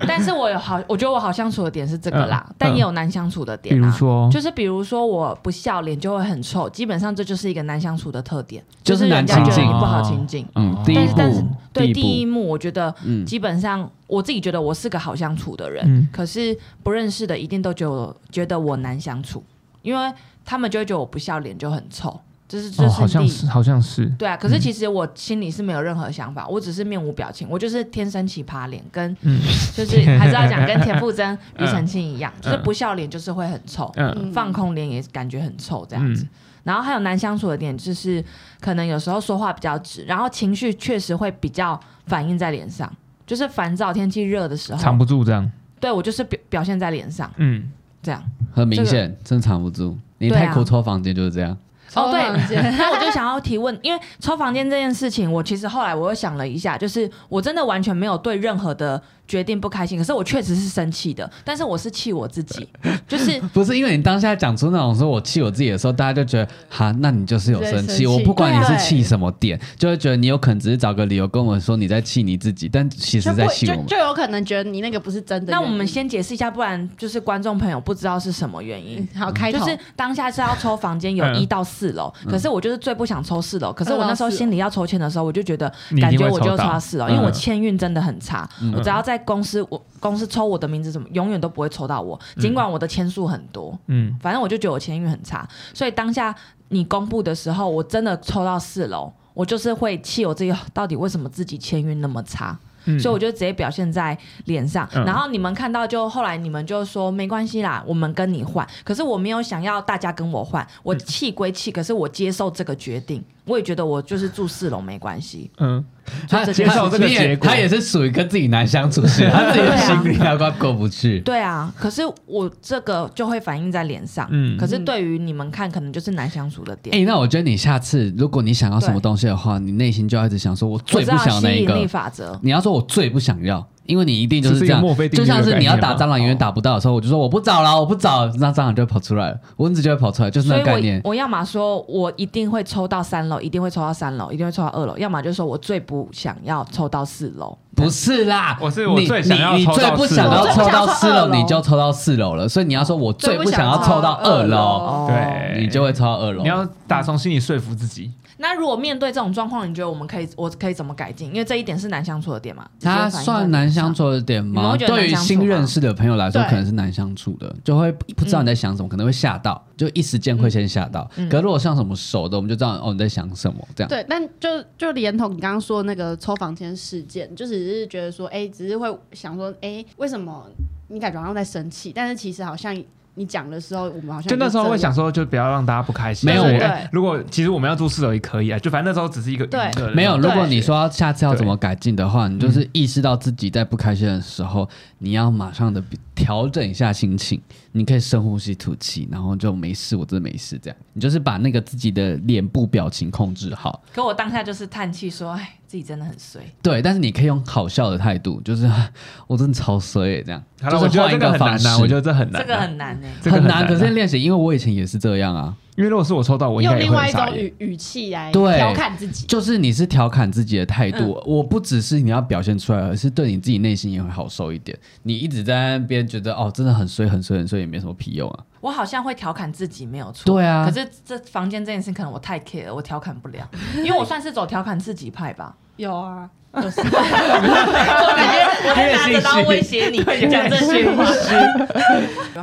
[SPEAKER 4] 但是我有好，我觉得我好相处的点是这个啦，
[SPEAKER 3] 嗯
[SPEAKER 4] 但也有难相处的点、
[SPEAKER 3] 比
[SPEAKER 4] 啊。
[SPEAKER 3] 如
[SPEAKER 1] 哦
[SPEAKER 3] 说，
[SPEAKER 4] 就是比如说我不笑，脸就会很臭，基本上这就是一个难相处的特点，
[SPEAKER 1] 就是
[SPEAKER 4] 是人家
[SPEAKER 1] 难
[SPEAKER 4] 觉
[SPEAKER 1] 亲
[SPEAKER 4] 得
[SPEAKER 1] 近
[SPEAKER 4] 你不好亲近。
[SPEAKER 1] 嗯
[SPEAKER 3] 哦，
[SPEAKER 1] 第一
[SPEAKER 4] 但是
[SPEAKER 1] 步
[SPEAKER 4] 但是，对
[SPEAKER 1] 第
[SPEAKER 4] 第
[SPEAKER 1] 一
[SPEAKER 4] 一
[SPEAKER 1] 步，
[SPEAKER 4] 幕，我觉得
[SPEAKER 1] 嗯，
[SPEAKER 4] 基本上我自己觉得我是个好相处的人，
[SPEAKER 3] 嗯
[SPEAKER 4] 可是不认识的一定都觉得我觉得我难相处，因为他们就会觉得我不笑脸就很臭，这是这
[SPEAKER 3] 哦，
[SPEAKER 4] 是
[SPEAKER 3] 好像
[SPEAKER 4] 第
[SPEAKER 3] 是，好像是，
[SPEAKER 4] 对啊，可
[SPEAKER 1] 嗯
[SPEAKER 4] 是其实我心里是没有任何想法，我只是面无表情，我就是天生奇葩脸，跟
[SPEAKER 3] 嗯
[SPEAKER 4] 就是还是要讲跟田馥甄、庾澄庆一样，
[SPEAKER 3] 嗯
[SPEAKER 4] 就是不笑脸就是会很臭，
[SPEAKER 3] 嗯
[SPEAKER 4] 放空脸也感觉很臭这样子。
[SPEAKER 3] 嗯
[SPEAKER 4] 然后还有难相处的点就是，可能有时候说话比较直，然后情绪确实会比较反映在脸上，就是烦躁、天气热的时
[SPEAKER 3] 嗯藏
[SPEAKER 4] 候，
[SPEAKER 3] 不住这样，
[SPEAKER 4] 对我就是表表现在脸上
[SPEAKER 3] 嗯，
[SPEAKER 4] 这样。
[SPEAKER 1] 很明显，真藏不住。你
[SPEAKER 4] 对啊
[SPEAKER 1] 太口抽房间就是这样，
[SPEAKER 4] 哦对
[SPEAKER 2] 抽房 间
[SPEAKER 4] 那我就想要提问，因为抽房间这件事情，我其实后来我又想了一下，就是我真的完全没有对任何的决定不开心，可是我确实是生气的，但是我是气我自己， 就是
[SPEAKER 1] 不是因为你当下讲出那种说我气我自己的时候，大家就觉得哈，那你就是有生
[SPEAKER 2] 对生
[SPEAKER 1] 气。
[SPEAKER 2] 气
[SPEAKER 1] 我不管你是
[SPEAKER 2] 对
[SPEAKER 1] 气什么点，就会觉得你有可能只是找个理由跟我说你在气你自己，但其
[SPEAKER 2] 就
[SPEAKER 1] 实在
[SPEAKER 2] 不
[SPEAKER 1] 气我
[SPEAKER 2] 就
[SPEAKER 1] 们。
[SPEAKER 2] 就有可能觉得你那个不是真的原
[SPEAKER 4] 那
[SPEAKER 2] 因。
[SPEAKER 4] 我们先解释一下，不然就是观众朋友不知道是什么原因
[SPEAKER 2] 嗯。好开头，
[SPEAKER 4] 就是当下是要抽房间有
[SPEAKER 3] 嗯
[SPEAKER 4] 一到四楼，可是我就是最不想抽四楼。可是我那时候
[SPEAKER 2] 二到四楼
[SPEAKER 4] 心里要抽签的时候，我就觉得
[SPEAKER 3] 你一
[SPEAKER 4] 感
[SPEAKER 3] 定
[SPEAKER 4] 觉
[SPEAKER 3] 会
[SPEAKER 4] 我就
[SPEAKER 3] 抽
[SPEAKER 4] 抽到
[SPEAKER 3] 到，
[SPEAKER 4] 四楼，
[SPEAKER 1] 嗯
[SPEAKER 4] 因为我签运真的很差。我只要在公司，我公司抽我的名字，怎么永远都不会抽到我，尽管我的签数很多。
[SPEAKER 3] 嗯
[SPEAKER 4] 反正我就觉得我签运很差，所以当下你公布的时候，我真的抽到四楼，我就是会气我自己，哦到底为什么自己签运那么差？
[SPEAKER 3] 嗯，
[SPEAKER 4] 所以我就直接表现在脸上。
[SPEAKER 3] 嗯
[SPEAKER 4] 然后你们看到就后来你们就说没关系啦，我们跟你换。可是我没有想要大家跟我换，
[SPEAKER 1] 嗯
[SPEAKER 4] 我气归气，可是我接受这个决定，我也觉得我就是住四楼没关系。
[SPEAKER 3] 嗯，
[SPEAKER 1] 他
[SPEAKER 4] 就这
[SPEAKER 1] 他
[SPEAKER 3] 接
[SPEAKER 4] 个
[SPEAKER 3] 受这个
[SPEAKER 1] 你也
[SPEAKER 3] 结果
[SPEAKER 1] 他也是属于跟自己难相处是他自己的心里要过过不去。
[SPEAKER 4] 对啊，可是我这个就会反映在脸上。
[SPEAKER 3] 嗯
[SPEAKER 4] 可是对于你们看，可能就是难相处的点。
[SPEAKER 1] 哎，那我觉得你下次如果你想要什么
[SPEAKER 4] 对
[SPEAKER 1] 东西的话，你内心就要一直想说，我
[SPEAKER 4] 我
[SPEAKER 1] 最
[SPEAKER 4] 知
[SPEAKER 1] 不
[SPEAKER 4] 道
[SPEAKER 1] 想
[SPEAKER 4] 啊吸
[SPEAKER 1] 那一
[SPEAKER 4] 引
[SPEAKER 1] 个
[SPEAKER 4] 力。法则，
[SPEAKER 1] 你要说我最不想要，因为你一定就是这
[SPEAKER 3] 这是一
[SPEAKER 1] 样
[SPEAKER 3] 个墨菲，定
[SPEAKER 1] 就
[SPEAKER 3] 律的
[SPEAKER 1] 像是你要打
[SPEAKER 3] 概念吗
[SPEAKER 1] 蟑螂永远打不到的时候，我就说我不找了，我不找，那蟑螂就会跑出来了，蚊子就会跑出来，就是
[SPEAKER 4] 所
[SPEAKER 1] 那
[SPEAKER 4] 以
[SPEAKER 1] 个概念。
[SPEAKER 4] 我我要么说我一定会抽到三楼，一定会抽到三楼，一定会抽到二楼；要么就是说我最不想要抽到四楼。
[SPEAKER 1] 不是啦，
[SPEAKER 3] 我是我
[SPEAKER 1] 你
[SPEAKER 3] 最想要
[SPEAKER 1] 你你
[SPEAKER 3] 抽
[SPEAKER 1] 最
[SPEAKER 3] 到
[SPEAKER 1] 不
[SPEAKER 3] 四
[SPEAKER 1] 想
[SPEAKER 3] 楼
[SPEAKER 1] 要抽到
[SPEAKER 2] 我最不想抽
[SPEAKER 1] 四
[SPEAKER 2] 二
[SPEAKER 1] 楼，
[SPEAKER 2] 楼
[SPEAKER 1] 你就抽到四楼了，所以你要说我最不想要抽到二楼，
[SPEAKER 2] 哦
[SPEAKER 3] 对
[SPEAKER 1] 你就会抽到二楼
[SPEAKER 3] 哎你。要打从心里说服自己，
[SPEAKER 4] 那如果面对这种状况，你觉得我们可以，我可以怎么改进？因为这一点是难相处的点嘛。
[SPEAKER 1] 它算难相。处的点
[SPEAKER 4] 你们
[SPEAKER 1] 吗？
[SPEAKER 4] 会觉得
[SPEAKER 1] 对
[SPEAKER 4] 难
[SPEAKER 1] 于
[SPEAKER 4] 相处吗
[SPEAKER 1] 新认识的朋友来说，
[SPEAKER 2] 对
[SPEAKER 1] 可能是难相处的，就会不知道你在想什么，可能会吓到，就一时间会先吓到。
[SPEAKER 4] 嗯
[SPEAKER 1] 可是如果像什么熟的，我们就知道哦你在想什么这样。
[SPEAKER 2] 对，但就就连同你刚刚说的那个抽房间事件，就只是觉得说，哎、只是会想说，哎、为什么你感觉好像在生气？但是其实好像你讲的时候，我们好像
[SPEAKER 3] 就那时候会
[SPEAKER 2] 这样
[SPEAKER 3] 想说，就不要让大家不开心。
[SPEAKER 1] 没有
[SPEAKER 3] 所以
[SPEAKER 2] 对
[SPEAKER 3] 哎如果其实我们要住四楼也可以啊，就反正那时候只是一个
[SPEAKER 2] 对
[SPEAKER 3] 娱乐的
[SPEAKER 1] 没有，
[SPEAKER 3] 那
[SPEAKER 1] 如
[SPEAKER 3] 种
[SPEAKER 1] 果你
[SPEAKER 3] 感觉
[SPEAKER 1] 说下次要怎么改进的话， 你就是嗯意识到自己在不开心的时候，你要马上的调整一下心情。你可以深呼吸吐气，然后就没事，我真的没事。这样，你就是把那个自己的脸部表情控制好。
[SPEAKER 4] 可我当下就是叹气说：“哎，自己真的很衰。
[SPEAKER 1] 对，但是你可以用好笑的态度，就是啊我真的超衰耶这样。
[SPEAKER 3] 好了，
[SPEAKER 1] 就
[SPEAKER 3] 我
[SPEAKER 1] 是
[SPEAKER 3] 觉得
[SPEAKER 1] 换一
[SPEAKER 3] 这个很
[SPEAKER 1] 方
[SPEAKER 3] 难
[SPEAKER 1] 式，
[SPEAKER 3] 呐，我觉得这很”难
[SPEAKER 4] 这
[SPEAKER 3] 啊，
[SPEAKER 4] 个很难哎、
[SPEAKER 3] 这个
[SPEAKER 1] 很
[SPEAKER 3] 很
[SPEAKER 1] 难。
[SPEAKER 3] 难
[SPEAKER 1] 可
[SPEAKER 3] 啊
[SPEAKER 1] 是练习，因为我以前也是这样啊，
[SPEAKER 3] 因为如果是我抽到，我应
[SPEAKER 2] 用
[SPEAKER 3] 该也
[SPEAKER 2] 另
[SPEAKER 3] 会
[SPEAKER 2] 外
[SPEAKER 3] 很
[SPEAKER 2] 一种
[SPEAKER 3] 傻眼。
[SPEAKER 2] 语语气来
[SPEAKER 1] 对
[SPEAKER 2] 调侃自己。
[SPEAKER 1] 就是你是调侃自己的态度，
[SPEAKER 4] 嗯
[SPEAKER 1] 我不只是你要表现出来，而是对你自己内心也会好受一点。你一直在那边觉得哦，真的很衰很衰很衰，也没什么屁用啊。
[SPEAKER 4] 我好像会调侃自己没有错。
[SPEAKER 1] 对啊
[SPEAKER 4] 可是这 房间这件事，可能我太 care，了我调侃不了，因为我算是走调侃自己派吧。
[SPEAKER 2] 有啊，
[SPEAKER 4] 就是，我感觉我在拿着刀威胁你讲这些话。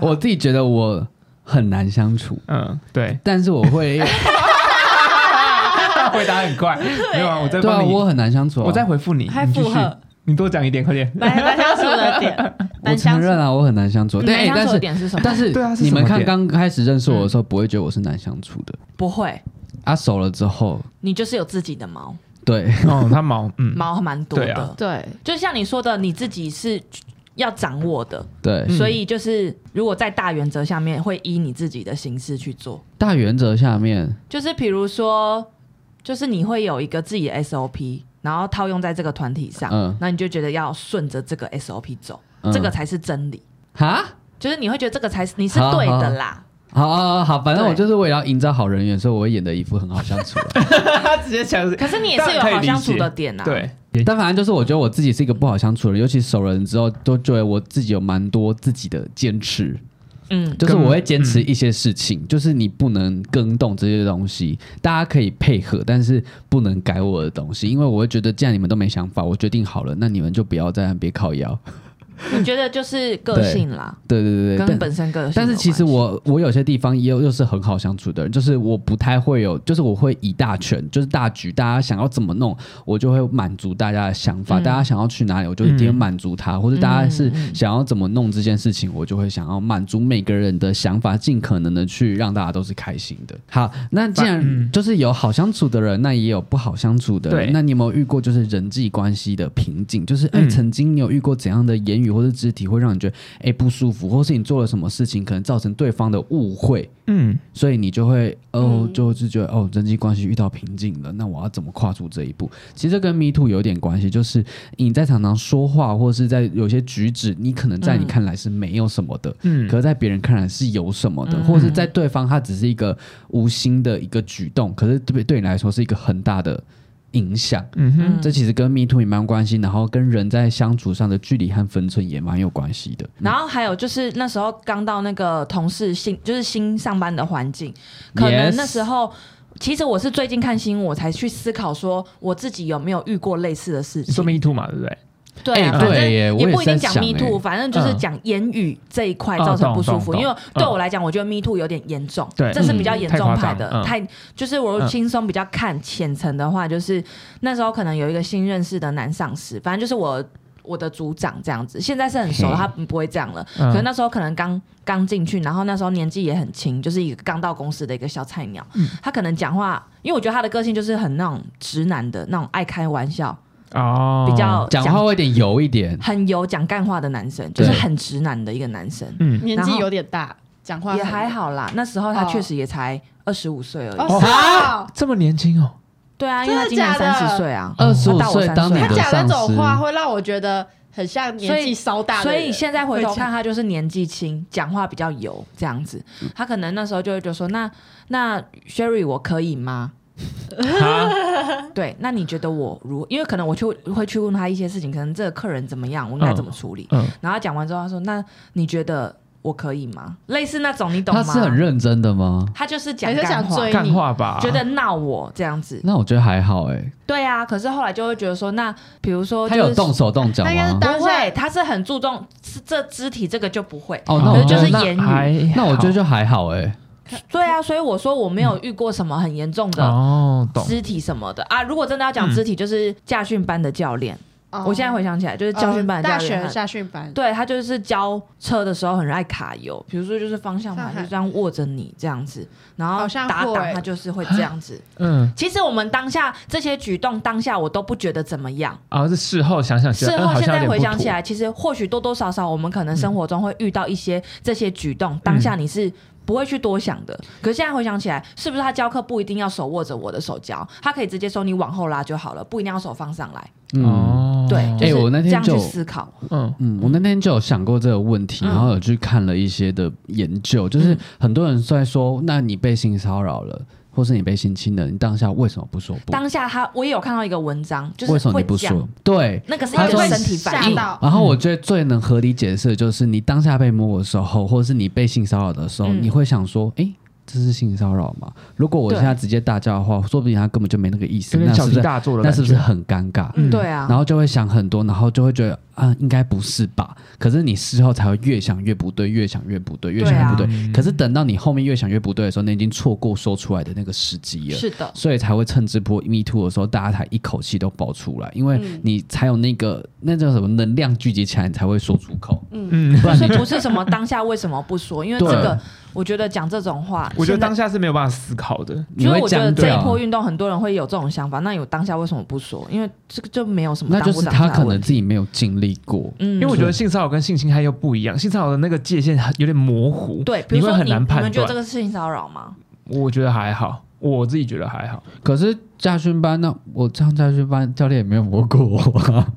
[SPEAKER 1] 我自己觉得我很难相处，
[SPEAKER 3] 嗯， 对，
[SPEAKER 1] 但是我会，
[SPEAKER 3] 回答很快，没有啊，我在
[SPEAKER 1] 对啊，
[SPEAKER 3] 帮你，
[SPEAKER 1] 我很难相处、啊，
[SPEAKER 3] 我在回复你，
[SPEAKER 4] 还
[SPEAKER 3] 你继续
[SPEAKER 4] 附和，
[SPEAKER 3] 你多讲一点，快点。
[SPEAKER 2] 来单相处的点，
[SPEAKER 1] 我
[SPEAKER 2] 单
[SPEAKER 1] 承
[SPEAKER 2] 相处
[SPEAKER 1] 认啊，我很难相处，
[SPEAKER 4] 你
[SPEAKER 1] 对，
[SPEAKER 4] 难
[SPEAKER 1] 哎
[SPEAKER 4] 相
[SPEAKER 1] 但
[SPEAKER 4] 处的
[SPEAKER 1] 是
[SPEAKER 4] 点是什么？
[SPEAKER 1] 但是
[SPEAKER 3] 对啊是什
[SPEAKER 1] 你
[SPEAKER 3] 么
[SPEAKER 1] 们看
[SPEAKER 3] 点
[SPEAKER 1] 刚开始认识我的时候，不会觉得我是难相处的，
[SPEAKER 4] 不会，
[SPEAKER 1] 啊，熟了之后，
[SPEAKER 4] 你就是有自己的毛，
[SPEAKER 1] 对，
[SPEAKER 3] 哦，他毛，嗯，
[SPEAKER 4] 毛蛮多
[SPEAKER 3] 对
[SPEAKER 4] 的
[SPEAKER 3] 啊。
[SPEAKER 2] 对，
[SPEAKER 4] 就像你说的，你自己是要掌握的，
[SPEAKER 1] 对，
[SPEAKER 3] 嗯
[SPEAKER 4] 所以就是如果在大原则下面，会依你自己的形式去做。
[SPEAKER 1] 大原则下面，
[SPEAKER 4] 就是比如说，就是你会有一个自己的 SOP，然后套用在这个团体上，
[SPEAKER 1] 嗯
[SPEAKER 4] 那你就觉得要顺着这个 SOP 走，
[SPEAKER 1] 嗯
[SPEAKER 4] 这个才是真理。
[SPEAKER 1] 哈，
[SPEAKER 4] 就是你会觉得这个才是你是对的啦，
[SPEAKER 1] 好好好好，反正
[SPEAKER 4] 对
[SPEAKER 1] 我就是为了要营造好人缘，所以我会演的一副很好相处啊、
[SPEAKER 3] 他直接讲，
[SPEAKER 4] 可是你也是有好相处的点啊。，
[SPEAKER 3] 对，
[SPEAKER 1] 但反正就是我觉得我自己是一个不好相处的人，尤其熟人之后，都觉得我自己有蛮多自己的坚持，
[SPEAKER 4] 嗯，
[SPEAKER 1] 就是我会坚持一些事情，就是你不能更动这些东西，大家可以配合，但是不能改我的东西，因为我会觉得既然你们都没想法，我决定好了，那你们就不要再那别靠腰。
[SPEAKER 4] 我觉得就是个性啦，
[SPEAKER 1] 对对对对，
[SPEAKER 4] 跟
[SPEAKER 1] 但
[SPEAKER 4] 本身个性有关系。
[SPEAKER 1] 但是其实我我有些地方也有又是很好相处的人，就是我不太会有，就是我会以大权，就是大局，大家想要怎么弄，我就会满足大家的想法，
[SPEAKER 4] 嗯
[SPEAKER 1] 大家想要去哪里，我就一定
[SPEAKER 3] 嗯
[SPEAKER 1] 会满足他，或者大家是想要怎么弄这件事情，我就会想要满足每个人的想法，尽可能的去让大家都是开心的。好，那既然就是有好相处的人，那也有不好相处的人
[SPEAKER 3] 嗯对，
[SPEAKER 1] 那你有没有遇过就是人际关系的瓶颈？就是哎、
[SPEAKER 3] 嗯
[SPEAKER 1] 曾经你有遇过怎样的言语或者肢体会让你觉得哎、不舒服，或是你做了什么事情可能造成对方的误会，
[SPEAKER 3] 嗯，
[SPEAKER 1] 所以你就会哦，
[SPEAKER 2] 嗯
[SPEAKER 1] 就是觉得哦，人际关系遇到瓶颈了，那我要怎么跨出这一步？其实这跟 Me Too 有点关系，就是你在常常说话，或是在有些举止，你可能在你
[SPEAKER 4] 嗯
[SPEAKER 1] 看来是没有什么的，
[SPEAKER 3] 嗯
[SPEAKER 1] 可是在别人看来是有什么的，
[SPEAKER 4] 嗯
[SPEAKER 1] 或是在对方他只是一个无心的一个举动，可是对对你来说是一个很大的影响。
[SPEAKER 3] 嗯哼，
[SPEAKER 1] 这其实跟 Me Too 也蛮有关系，然后跟人在相处上的距离和分寸也蛮有关系的。
[SPEAKER 4] 然后还有就是那时候刚到那个同事新，就是新上班的环境，可
[SPEAKER 1] Yes
[SPEAKER 4] 能那时候其实我是最近看新闻，我才去思考说我自己有没有遇过类似的事
[SPEAKER 3] 你说
[SPEAKER 4] 情。
[SPEAKER 3] Me Too 嘛，对不对？
[SPEAKER 4] 对啊，
[SPEAKER 1] 哎
[SPEAKER 4] 反正
[SPEAKER 1] 对耶我也
[SPEAKER 4] 不一定
[SPEAKER 1] 是在
[SPEAKER 4] 讲
[SPEAKER 1] 想
[SPEAKER 4] me too，
[SPEAKER 1] 哎
[SPEAKER 4] 反正就是
[SPEAKER 3] 嗯
[SPEAKER 4] 讲言语这一块
[SPEAKER 3] 哦
[SPEAKER 4] 造成不舒
[SPEAKER 3] 懂
[SPEAKER 4] 服，
[SPEAKER 3] 懂
[SPEAKER 4] 因为
[SPEAKER 3] 懂
[SPEAKER 4] 对
[SPEAKER 3] 嗯
[SPEAKER 4] 我来讲，我觉得 me too 有点严重，
[SPEAKER 3] 对
[SPEAKER 4] 这是比
[SPEAKER 2] 嗯
[SPEAKER 4] 较严
[SPEAKER 3] 太
[SPEAKER 4] 重
[SPEAKER 3] 夸
[SPEAKER 4] 派
[SPEAKER 3] 张
[SPEAKER 4] 的，
[SPEAKER 3] 嗯
[SPEAKER 4] 太就是我
[SPEAKER 3] 嗯
[SPEAKER 4] 轻松比较看浅层的话，就是那时候可能有一个新认识的男上司，反正就是我。我的组长这样子，现在是很熟了，
[SPEAKER 1] 嘿
[SPEAKER 4] 他不会这样了。
[SPEAKER 3] 嗯
[SPEAKER 4] 可能那时候可能刚刚进去，然后那时候年纪也很轻，就是一个刚到公司的一个小菜鸟。他可能讲话，因为我觉得他的个性就是很那种直男的那种爱开玩笑，
[SPEAKER 3] 哦，
[SPEAKER 4] 比较
[SPEAKER 1] 讲话会有点油一点，
[SPEAKER 4] 很有讲干话的男生，就是
[SPEAKER 1] 对
[SPEAKER 4] 很直男的一个男生，
[SPEAKER 3] 嗯，
[SPEAKER 2] 年
[SPEAKER 4] 然
[SPEAKER 2] 纪
[SPEAKER 4] 后
[SPEAKER 2] 有点大，讲话
[SPEAKER 4] 也
[SPEAKER 2] 很
[SPEAKER 4] 还。好啦。那时候他
[SPEAKER 2] 哦
[SPEAKER 4] 确实也才二十五岁而已。
[SPEAKER 2] 哦，是啊
[SPEAKER 3] 这么年轻哦，
[SPEAKER 4] 对啊，因为他今年
[SPEAKER 2] 真的假
[SPEAKER 4] 三
[SPEAKER 2] 的
[SPEAKER 4] 十岁啊，
[SPEAKER 1] 二十
[SPEAKER 4] 他
[SPEAKER 1] 五
[SPEAKER 4] 大我
[SPEAKER 1] 岁
[SPEAKER 4] 三
[SPEAKER 1] 当你的
[SPEAKER 4] 岁
[SPEAKER 2] 他
[SPEAKER 4] 啊
[SPEAKER 1] 上司，
[SPEAKER 2] 讲那种话会让我觉得很像年
[SPEAKER 4] 所以
[SPEAKER 2] 纪稍大的
[SPEAKER 4] 所
[SPEAKER 2] 人，
[SPEAKER 4] 以现在回头
[SPEAKER 2] 会讲
[SPEAKER 4] 看，他就是年纪轻，讲话比较油这样子。他可能那时候就会觉得说，那那 Sherry 我可以吗？
[SPEAKER 3] 啊
[SPEAKER 4] 对，那你觉得我如？因为可能我去会去问他一些事情，可能这个客人怎么样，我应该怎么处理。
[SPEAKER 3] 嗯，
[SPEAKER 4] 然后他讲完之后，他说：“那你觉得我可以吗？”类似那种，你懂
[SPEAKER 1] 他
[SPEAKER 4] 吗？
[SPEAKER 1] 是很认真的吗？
[SPEAKER 4] 他就是讲
[SPEAKER 2] 还是
[SPEAKER 4] 干
[SPEAKER 2] 想
[SPEAKER 4] 话，
[SPEAKER 2] 追
[SPEAKER 3] 干话吧，
[SPEAKER 4] 觉得闹我这样子。
[SPEAKER 1] 那我觉得还好哎、
[SPEAKER 4] 对啊，可是后来就会觉得说，那比如说、
[SPEAKER 1] 他
[SPEAKER 4] 就是，
[SPEAKER 1] 有动手动脚
[SPEAKER 2] 他应该是
[SPEAKER 1] 吗？
[SPEAKER 2] 当
[SPEAKER 4] 不
[SPEAKER 2] 下
[SPEAKER 4] 会，他是很注重是这肢体这个就不会。
[SPEAKER 1] 哦，那
[SPEAKER 4] 可
[SPEAKER 1] 我
[SPEAKER 4] 是就
[SPEAKER 1] 觉
[SPEAKER 4] 是
[SPEAKER 1] 得
[SPEAKER 4] 言语
[SPEAKER 3] 语
[SPEAKER 1] 那我觉得就还好哎、
[SPEAKER 4] 对啊，所以我说我没有遇过什么很严重
[SPEAKER 1] 嗯
[SPEAKER 4] 的
[SPEAKER 3] 哦，懂，
[SPEAKER 4] 肢体什么的、啊。如果真的要讲肢体，就是驾训班的教练，
[SPEAKER 2] 哦
[SPEAKER 4] 我现在回想起来就是教训班
[SPEAKER 2] 哦
[SPEAKER 4] 的教
[SPEAKER 2] 大
[SPEAKER 4] 练。
[SPEAKER 2] 学
[SPEAKER 4] 他
[SPEAKER 2] 下训班，
[SPEAKER 4] 对他就是教车的时候很爱卡油，比如说就是方向盘
[SPEAKER 2] 上
[SPEAKER 4] 就
[SPEAKER 2] 海
[SPEAKER 4] 这样握着你这样子，然后
[SPEAKER 2] 好像
[SPEAKER 4] 打
[SPEAKER 2] 会
[SPEAKER 4] 档他就是会这样子。
[SPEAKER 3] 嗯，
[SPEAKER 4] 其实我们当下这些举动，当下我都不觉得怎么样，
[SPEAKER 3] 啊，是事后想想觉得，
[SPEAKER 4] 事
[SPEAKER 3] 嗯
[SPEAKER 4] 后
[SPEAKER 3] 好
[SPEAKER 4] 现
[SPEAKER 3] 像有
[SPEAKER 4] 在
[SPEAKER 3] 点
[SPEAKER 4] 回
[SPEAKER 3] 不
[SPEAKER 4] 想
[SPEAKER 3] 妥
[SPEAKER 4] 起来，其实或许多多少少我们可能生活中会遇到一些这些举动，
[SPEAKER 3] 嗯
[SPEAKER 4] 当下你是。不会去多想的，可是现在回想起来，是不是他教课不一定要手握着我的手教，他可以直接说你往后拉就好了，不一定要手放上来。
[SPEAKER 1] 嗯。
[SPEAKER 3] 哦，
[SPEAKER 4] 对，就
[SPEAKER 1] 哎
[SPEAKER 4] 是
[SPEAKER 1] 我那
[SPEAKER 4] 这
[SPEAKER 1] 天
[SPEAKER 4] 样去
[SPEAKER 1] 就
[SPEAKER 4] 思考。
[SPEAKER 3] 嗯，
[SPEAKER 1] 嗯，我那天就有想过这个问题，
[SPEAKER 4] 嗯
[SPEAKER 1] 然后有去看了一些的研究，就是
[SPEAKER 4] 嗯
[SPEAKER 1] 很多人在说，那你被性骚扰了，或是你被性侵了，你当下为什么不说不？
[SPEAKER 4] 当下他我也有看到一个文章，就是
[SPEAKER 1] 为什么
[SPEAKER 4] 会
[SPEAKER 1] 你不
[SPEAKER 4] 讲
[SPEAKER 1] 说？对，
[SPEAKER 4] 那个是
[SPEAKER 1] 他
[SPEAKER 4] 一个
[SPEAKER 1] 说
[SPEAKER 4] 身体反应
[SPEAKER 2] 吓，到，
[SPEAKER 1] 然后我觉得最能合理解释的就是，你当下被摸的时候，或者是你被性骚扰的时候，
[SPEAKER 4] 嗯
[SPEAKER 1] 你会想说，诶，这是性骚扰吗？如果我
[SPEAKER 4] 对
[SPEAKER 1] 现在直接大叫的话，说不定他根本就没那个意思，
[SPEAKER 3] 有点
[SPEAKER 1] 那
[SPEAKER 3] 小
[SPEAKER 1] 是不
[SPEAKER 3] 题
[SPEAKER 1] 是
[SPEAKER 3] 大做的
[SPEAKER 1] 那
[SPEAKER 3] 感觉，
[SPEAKER 1] 是不是很尴尬？
[SPEAKER 4] 嗯，对啊，
[SPEAKER 1] 然后就会想很多，然后就会觉得啊，应该不是吧？可是你事后才会越想越不对，越想越不对，越想越不对。
[SPEAKER 3] 对啊
[SPEAKER 1] 可是等到你后面越想越不对的时候，你已经错过说出来的那个时机了。
[SPEAKER 4] 是的，
[SPEAKER 1] 所以才会趁这波 Me Too 的时候，大家才一口气都爆出来，因为
[SPEAKER 2] 嗯
[SPEAKER 1] 你才有那个那叫什么能量聚集起来，你才会说出口。
[SPEAKER 3] 嗯，
[SPEAKER 1] 不然
[SPEAKER 4] 所
[SPEAKER 1] 你
[SPEAKER 4] 以不是什么当下为什么不说，因为这
[SPEAKER 1] 对
[SPEAKER 4] 个我觉得讲这种话，
[SPEAKER 3] 我觉得
[SPEAKER 4] 现在
[SPEAKER 3] 当下是没有办法思考的。
[SPEAKER 1] 你
[SPEAKER 4] 就是
[SPEAKER 1] 会啊
[SPEAKER 4] 我觉得
[SPEAKER 1] 僵
[SPEAKER 4] 这一
[SPEAKER 1] 掉
[SPEAKER 4] 波运动，很多人会有这种想法。那有当下为什么不说？因为这个就没有什么
[SPEAKER 1] 那
[SPEAKER 4] 当
[SPEAKER 1] 就
[SPEAKER 4] 不
[SPEAKER 1] 是
[SPEAKER 4] 当
[SPEAKER 1] 他
[SPEAKER 4] 下
[SPEAKER 1] 可
[SPEAKER 4] 的
[SPEAKER 1] 能
[SPEAKER 4] 问
[SPEAKER 1] 自
[SPEAKER 4] 题。
[SPEAKER 1] 己没有经历过。
[SPEAKER 4] 嗯，
[SPEAKER 3] 因为我觉得性骚扰跟性侵害又不一样，性骚扰的那个界限很有点模糊，
[SPEAKER 4] 对，比
[SPEAKER 3] 你
[SPEAKER 4] 如
[SPEAKER 3] 会
[SPEAKER 4] 说
[SPEAKER 3] 很
[SPEAKER 4] 你
[SPEAKER 3] 难
[SPEAKER 4] 你
[SPEAKER 3] 判
[SPEAKER 4] 们觉得这
[SPEAKER 3] 断。
[SPEAKER 4] 个是性骚扰吗？
[SPEAKER 3] 我觉得还好，我自己觉得还好，
[SPEAKER 1] 可是驾训班呢，那我上驾训班教练也没有摸过我、啊，
[SPEAKER 3] 哦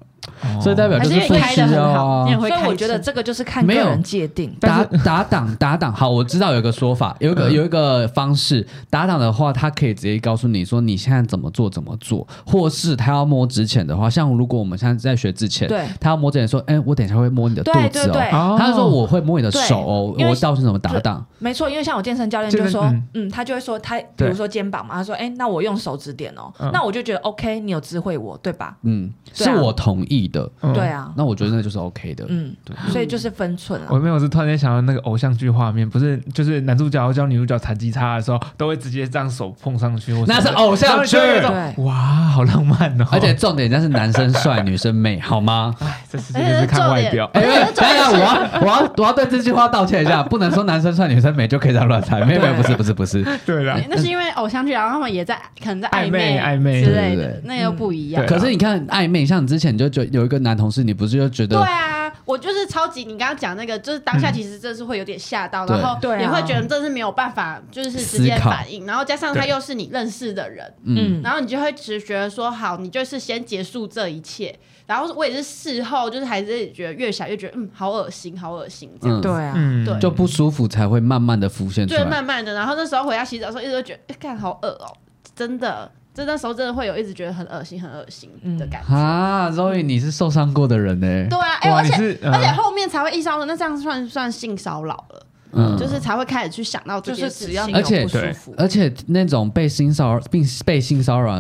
[SPEAKER 1] 所以代表
[SPEAKER 2] 还
[SPEAKER 1] 就是
[SPEAKER 2] 因为
[SPEAKER 1] 不
[SPEAKER 2] 你开
[SPEAKER 1] 需
[SPEAKER 2] 的
[SPEAKER 1] 要
[SPEAKER 2] 很好，
[SPEAKER 1] 啊
[SPEAKER 2] 你。很会
[SPEAKER 4] 所以
[SPEAKER 2] 开车。
[SPEAKER 4] 我觉得这个就是看个
[SPEAKER 1] 没有
[SPEAKER 4] 人界定。
[SPEAKER 1] 打 打档打档，好，我知道有一个说法，有一个、
[SPEAKER 3] 嗯
[SPEAKER 1] 有一个方式，打档的话，他可以直接告诉你说你现在怎么做怎么做，或是他要摸之前的话，像如果我们现在在学之前，
[SPEAKER 4] 对
[SPEAKER 1] 他要摸之前说，哎、我等一下会摸你的肚
[SPEAKER 4] 对对
[SPEAKER 1] 子哦，
[SPEAKER 4] 对，
[SPEAKER 3] 哦
[SPEAKER 1] 他就说我会摸你的手哦，
[SPEAKER 4] 对因为啊
[SPEAKER 1] 我到底怎么打档？
[SPEAKER 4] 没错，因为像我健身教练
[SPEAKER 3] 健
[SPEAKER 4] 就
[SPEAKER 3] 身
[SPEAKER 4] 说
[SPEAKER 3] 嗯，
[SPEAKER 4] 嗯，他就会说他，比如说肩膀嘛，他说，哎，那我用手指点哦
[SPEAKER 3] 嗯，
[SPEAKER 4] 那我就觉得 OK，你有知会我，对吧？
[SPEAKER 1] 嗯，
[SPEAKER 4] 对
[SPEAKER 1] 是
[SPEAKER 4] 啊
[SPEAKER 1] 我同意的，
[SPEAKER 3] 嗯
[SPEAKER 4] 对啊，
[SPEAKER 1] 那我觉得那就是 OK 的。
[SPEAKER 4] 嗯，所以就是分寸
[SPEAKER 3] 我
[SPEAKER 4] 啊。
[SPEAKER 3] 没有，我是突然间想到那个偶像剧画面，不是就是男主角教女主角弹吉他的时候，都会直接这样手碰上去，或
[SPEAKER 1] 那是
[SPEAKER 3] 什么的
[SPEAKER 1] 偶像
[SPEAKER 3] 然后你就会有一种
[SPEAKER 4] 剧
[SPEAKER 3] 哇，好浪漫哦！
[SPEAKER 1] 而且重点，那是男生帅，女生美，好吗？
[SPEAKER 3] 哎， 这世界就是看外表。
[SPEAKER 1] 哎、
[SPEAKER 2] 而且
[SPEAKER 1] 等一下，我要，我要，我要对这句话道歉一下，不能说男生帅女生美就可以这样乱猜，没有，没有，不是，不是，不是，
[SPEAKER 3] 对啊啦，
[SPEAKER 2] 哎那是因为偶像剧，然后他们也在可能在
[SPEAKER 3] 暧昧
[SPEAKER 2] 昧
[SPEAKER 3] 暧昧
[SPEAKER 2] 之
[SPEAKER 1] 对对
[SPEAKER 2] 类的
[SPEAKER 1] 对，
[SPEAKER 2] 那又不一样
[SPEAKER 3] 对。
[SPEAKER 1] 可是你看暧昧，像你之前你就觉有一个男同事，你不是就觉
[SPEAKER 2] 对
[SPEAKER 1] 得
[SPEAKER 2] 啊，我就是超级你刚刚讲那个，就是当下其实真是会有点吓到，
[SPEAKER 1] 嗯对
[SPEAKER 2] 然后
[SPEAKER 4] 对啊
[SPEAKER 2] 也会觉得真是没有办法，就是直接
[SPEAKER 1] 思考
[SPEAKER 2] 反应，然后加上他又是你认识的人，
[SPEAKER 1] 嗯，
[SPEAKER 4] 嗯，
[SPEAKER 2] 然后你就会只觉得说，好，你就是先结束这一切。然后我也是事后，就是还是觉得越想越觉得，嗯，好恶心，好恶心这样。
[SPEAKER 1] 嗯
[SPEAKER 4] 对啊，
[SPEAKER 3] 嗯，
[SPEAKER 2] 对
[SPEAKER 1] 就不舒服才会慢慢的浮现出
[SPEAKER 2] 就是
[SPEAKER 1] 来。
[SPEAKER 2] 慢慢的，然后那时候回家洗澡的时候，一直都觉得，哎、干好恶哦、真的，就那时候真的会有一直觉得很恶心、很恶心的感觉。
[SPEAKER 1] 啊，Zoe，你是受伤过的人欸呢、
[SPEAKER 2] 对啊，哎、
[SPEAKER 3] 哇，
[SPEAKER 2] 而
[SPEAKER 3] 你
[SPEAKER 2] 且、
[SPEAKER 3] 是
[SPEAKER 2] 而且
[SPEAKER 3] 嗯
[SPEAKER 2] 后面才会意识到说，那这样算不算性骚扰了？
[SPEAKER 1] 嗯
[SPEAKER 2] 就是才会开始去想到这
[SPEAKER 4] 就
[SPEAKER 2] 件
[SPEAKER 4] 是
[SPEAKER 2] 事
[SPEAKER 4] 只
[SPEAKER 2] 情，
[SPEAKER 4] 要你
[SPEAKER 1] 而
[SPEAKER 4] 有
[SPEAKER 1] 且
[SPEAKER 4] 不舒
[SPEAKER 3] 对
[SPEAKER 4] 服，
[SPEAKER 1] 而且那种被性骚扰并被 性骚扰，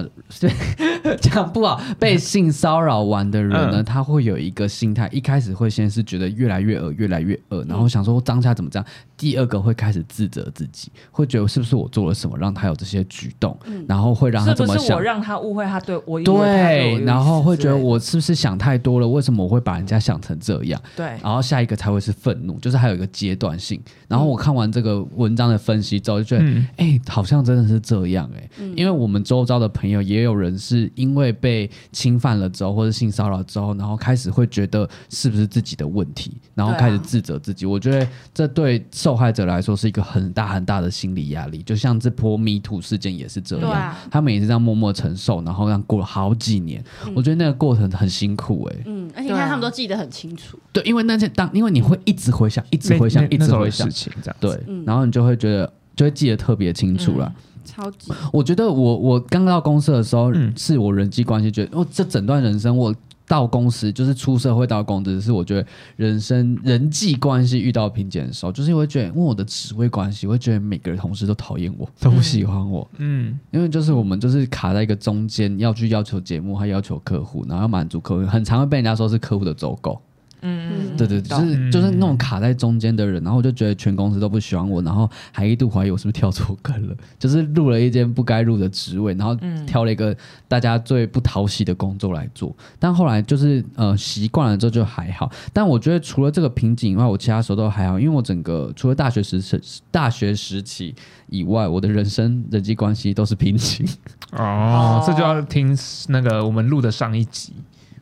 [SPEAKER 1] 讲不好，被性骚扰完的人呢，
[SPEAKER 3] 嗯
[SPEAKER 1] 他会有一个心态，一开始会先是觉得越来越恶，越来越恶，然后想说当下怎么这样。第二个会开始自责自己，会觉得是不是我做了什么让他有这些举动，然后会让他
[SPEAKER 4] 是
[SPEAKER 1] 这
[SPEAKER 4] 不
[SPEAKER 1] 么
[SPEAKER 4] 嗯是
[SPEAKER 1] 想
[SPEAKER 4] 我。让他误会他对我以为他对我有意
[SPEAKER 1] 对，
[SPEAKER 4] 思
[SPEAKER 1] 然后会觉得
[SPEAKER 4] 之类的
[SPEAKER 1] 我是不是想太多了？为什么我会把人家想成这样？
[SPEAKER 4] 对
[SPEAKER 1] 然后下一个才会是愤怒，就是还有一个阶段性。然后我看完这个文章的分析之后，就觉得，哎、
[SPEAKER 3] 嗯
[SPEAKER 1] 好像真的是这样哎、因为我们周遭的朋友也有人是因为被侵犯了之后，或者性骚扰之后，然后开始会觉得是不是自己的问题，然后
[SPEAKER 4] 对啊
[SPEAKER 1] 开始自责自己。我觉得这对受害者来说是一个很大很大的心理压力，就像这波 Me Too 事件也是这样，
[SPEAKER 2] 对啊
[SPEAKER 1] 他们也是这样默默承受，然后让过了好几年，我觉得那个过程很辛苦哎、
[SPEAKER 2] 嗯，而且你
[SPEAKER 4] 对啊
[SPEAKER 2] 看他们都记得很清楚，
[SPEAKER 1] 对，因为那些当，因为你会一直回想，一直
[SPEAKER 3] 那
[SPEAKER 1] 回想
[SPEAKER 3] 那，
[SPEAKER 1] 一
[SPEAKER 3] 那
[SPEAKER 1] 直
[SPEAKER 3] 种的
[SPEAKER 1] 回想
[SPEAKER 3] 事，情，这样
[SPEAKER 1] 对，然后你就会觉得。就会记得特别清楚了。
[SPEAKER 2] 超级
[SPEAKER 1] 我觉得我我刚到公司的时候，
[SPEAKER 3] 嗯
[SPEAKER 1] 是我人际关系觉得，哦，这整段人生我到公司就是出社会到公司，是我觉得人生人际关系遇到瓶颈的时候，就是因为觉得，因为我的职位关系，我会觉得每个同事都讨厌我，都不喜欢我，
[SPEAKER 3] 嗯，
[SPEAKER 1] 因为就是我们就是卡在一个中间，要去要求节目，还要求客户，然后要满足客户，很常会被人家说是客户的走狗。
[SPEAKER 4] 嗯，
[SPEAKER 1] 对对，就
[SPEAKER 4] 懂
[SPEAKER 1] 是就是那
[SPEAKER 3] 嗯
[SPEAKER 1] 种卡在中间的人，然后我就觉得全公司都不喜欢我，然后还一度怀疑我是不是跳错坑了， 就是入了一间不该入的职位，然后挑了一个大家最不讨喜的工作来做。但后来就是呃习惯了之后就还好，但我觉得除了这个瓶颈以外，我其他时候都还好，因为我整个除了大学时时大学时期以外，我的人生人际关系都是瓶 颈。
[SPEAKER 3] 哦
[SPEAKER 4] 哦，
[SPEAKER 3] 这就要听那个我们录的上一集，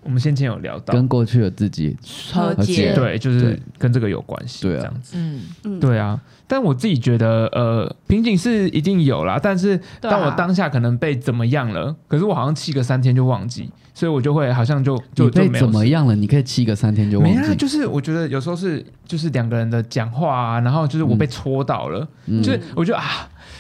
[SPEAKER 3] 我们先前有聊到，
[SPEAKER 1] 跟过去的自己，
[SPEAKER 4] 和
[SPEAKER 1] 和解
[SPEAKER 4] 解，
[SPEAKER 3] 对，就是
[SPEAKER 1] 对
[SPEAKER 3] 跟这个有关系，
[SPEAKER 1] 对啊
[SPEAKER 3] 这样子，
[SPEAKER 4] 嗯，
[SPEAKER 3] 对啊。但我自己觉得，呃，瓶颈是一定有啦，但是
[SPEAKER 2] 对啊
[SPEAKER 3] 当我当下可能被怎么样了，可是我好像气个三天就忘记，所以我就会好像就就
[SPEAKER 1] 你
[SPEAKER 3] 就
[SPEAKER 1] 被
[SPEAKER 3] 没有
[SPEAKER 1] 怎么
[SPEAKER 3] 事
[SPEAKER 1] 样了？你可以七个三天就忘
[SPEAKER 3] 没
[SPEAKER 1] 记，
[SPEAKER 3] 啊，就是我觉得有时候是就是两个人的讲话啊，然后就是我被戳到了，
[SPEAKER 1] 嗯
[SPEAKER 3] 就是我就啊，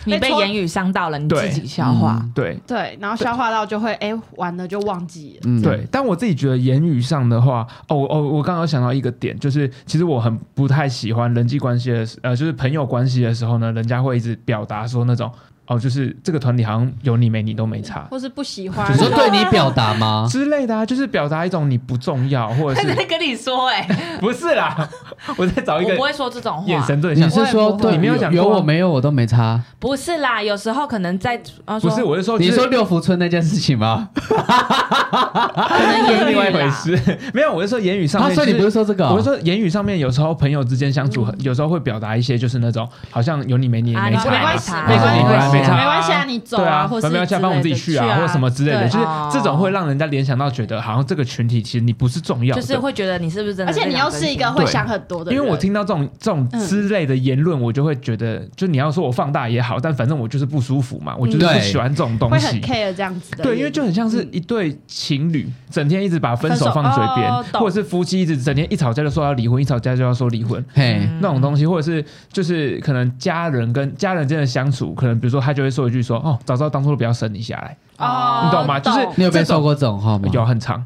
[SPEAKER 4] 你被
[SPEAKER 2] 被戳
[SPEAKER 4] 言语伤到了，你自
[SPEAKER 3] 对
[SPEAKER 4] 己消化。
[SPEAKER 1] 嗯
[SPEAKER 3] 对
[SPEAKER 2] 对，然后消化到就会哎、完了就忘记了。
[SPEAKER 1] 嗯，
[SPEAKER 3] 对，但我自己觉得言语上的话，哦我哦，我刚刚有想到一个点，就是其实我很不太喜欢人际关系的时，呃，就是朋友关系的时候呢，人家会一直表达说那种，哦，就是这个团体好像有你没你都没差
[SPEAKER 2] 或是不喜欢
[SPEAKER 1] 你说对你表达吗？
[SPEAKER 3] 之类的啊，就是表达一种你不重要，或者
[SPEAKER 4] 他在
[SPEAKER 3] 是
[SPEAKER 4] 跟你说、哎，
[SPEAKER 3] 不是啦，我在找一
[SPEAKER 4] 我
[SPEAKER 3] 个
[SPEAKER 4] 不会说这种
[SPEAKER 3] 眼
[SPEAKER 4] 话，
[SPEAKER 3] 神对
[SPEAKER 1] 你
[SPEAKER 3] 象。
[SPEAKER 1] 是
[SPEAKER 2] 我
[SPEAKER 1] 说
[SPEAKER 2] 也不会
[SPEAKER 1] 对
[SPEAKER 3] 你没有讲
[SPEAKER 1] 有
[SPEAKER 3] 过啊
[SPEAKER 1] 我没有我都没差？
[SPEAKER 4] 不是啦，有时候可能在啊，
[SPEAKER 3] 不是，
[SPEAKER 4] 说
[SPEAKER 3] 我是说，
[SPEAKER 1] 你
[SPEAKER 3] 哦就是
[SPEAKER 1] 说六福村那件事情吗？
[SPEAKER 4] 可能
[SPEAKER 3] 这是
[SPEAKER 4] 言语
[SPEAKER 3] 另
[SPEAKER 4] 啦
[SPEAKER 3] 外一回。事，没有，我是说言语 上
[SPEAKER 1] 他
[SPEAKER 3] 面。
[SPEAKER 1] 说你不是说这个哦？
[SPEAKER 3] 我是说，言语上面有时候朋友之间相处，有时候会表达一些，就是那种好像有你没你也
[SPEAKER 4] 啊
[SPEAKER 3] 没
[SPEAKER 4] 你
[SPEAKER 3] 差
[SPEAKER 2] 没
[SPEAKER 3] 嘛，
[SPEAKER 2] 关系，
[SPEAKER 1] 没
[SPEAKER 2] 没
[SPEAKER 1] 关
[SPEAKER 2] 关
[SPEAKER 1] 系
[SPEAKER 2] 系，
[SPEAKER 1] 没差
[SPEAKER 2] 没关系啊，你走
[SPEAKER 3] 对啊，
[SPEAKER 2] 或
[SPEAKER 3] 反
[SPEAKER 2] 是
[SPEAKER 3] 正要下班我自己去
[SPEAKER 2] 去
[SPEAKER 3] 啊，或什么之类的，
[SPEAKER 2] 对
[SPEAKER 3] 就是这种会让人家联想到觉得好像这个群体其实你不是重要
[SPEAKER 4] 就
[SPEAKER 3] 的，
[SPEAKER 4] 是会觉得你是不是真的
[SPEAKER 2] 而
[SPEAKER 4] 这
[SPEAKER 2] 且
[SPEAKER 4] 样
[SPEAKER 2] 你
[SPEAKER 4] 真心？
[SPEAKER 2] 又是一个会想很多的
[SPEAKER 3] 因
[SPEAKER 2] 人，
[SPEAKER 3] 为我听到这种这种之类的言论，我就会觉得，就你要说我放大也好，但反正我就是不舒服嘛，我就是不
[SPEAKER 1] 对
[SPEAKER 3] 喜欢这种东
[SPEAKER 2] 嗯会很
[SPEAKER 3] 西。
[SPEAKER 2] care 这样子的人，嗯
[SPEAKER 3] 对，因为就很像是一对情侣，整天一直把分手放嘴边，
[SPEAKER 4] 分手哦懂
[SPEAKER 3] 或者是夫妻一直整天一吵架就说要离婚，一吵架就要说离婚，
[SPEAKER 1] 嘿，
[SPEAKER 2] 嗯
[SPEAKER 3] 那种东西，或者是就是可能家人跟家人之间的相处，可能比如说他就会说一句说哦，早知道当初不要生你下来，
[SPEAKER 2] 哦
[SPEAKER 3] 你懂吗？就是
[SPEAKER 1] 你有被
[SPEAKER 3] 这种
[SPEAKER 1] 说过这种话吗？
[SPEAKER 3] 有很长，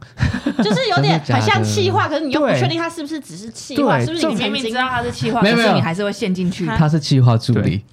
[SPEAKER 2] 就是有点
[SPEAKER 1] 真的假
[SPEAKER 2] 很
[SPEAKER 1] 的
[SPEAKER 2] 像气话，可是你又不
[SPEAKER 3] 对
[SPEAKER 2] 确定他是不是只是气话，
[SPEAKER 3] 对
[SPEAKER 2] 是不是
[SPEAKER 3] 这
[SPEAKER 4] 你
[SPEAKER 2] 你
[SPEAKER 3] 种
[SPEAKER 2] 曾
[SPEAKER 4] 明明
[SPEAKER 2] 经
[SPEAKER 4] 知道他是气话，
[SPEAKER 1] 没有
[SPEAKER 4] 可
[SPEAKER 1] 没
[SPEAKER 4] 是
[SPEAKER 1] 有
[SPEAKER 4] 你还是会陷进去。
[SPEAKER 1] 他是企划助理，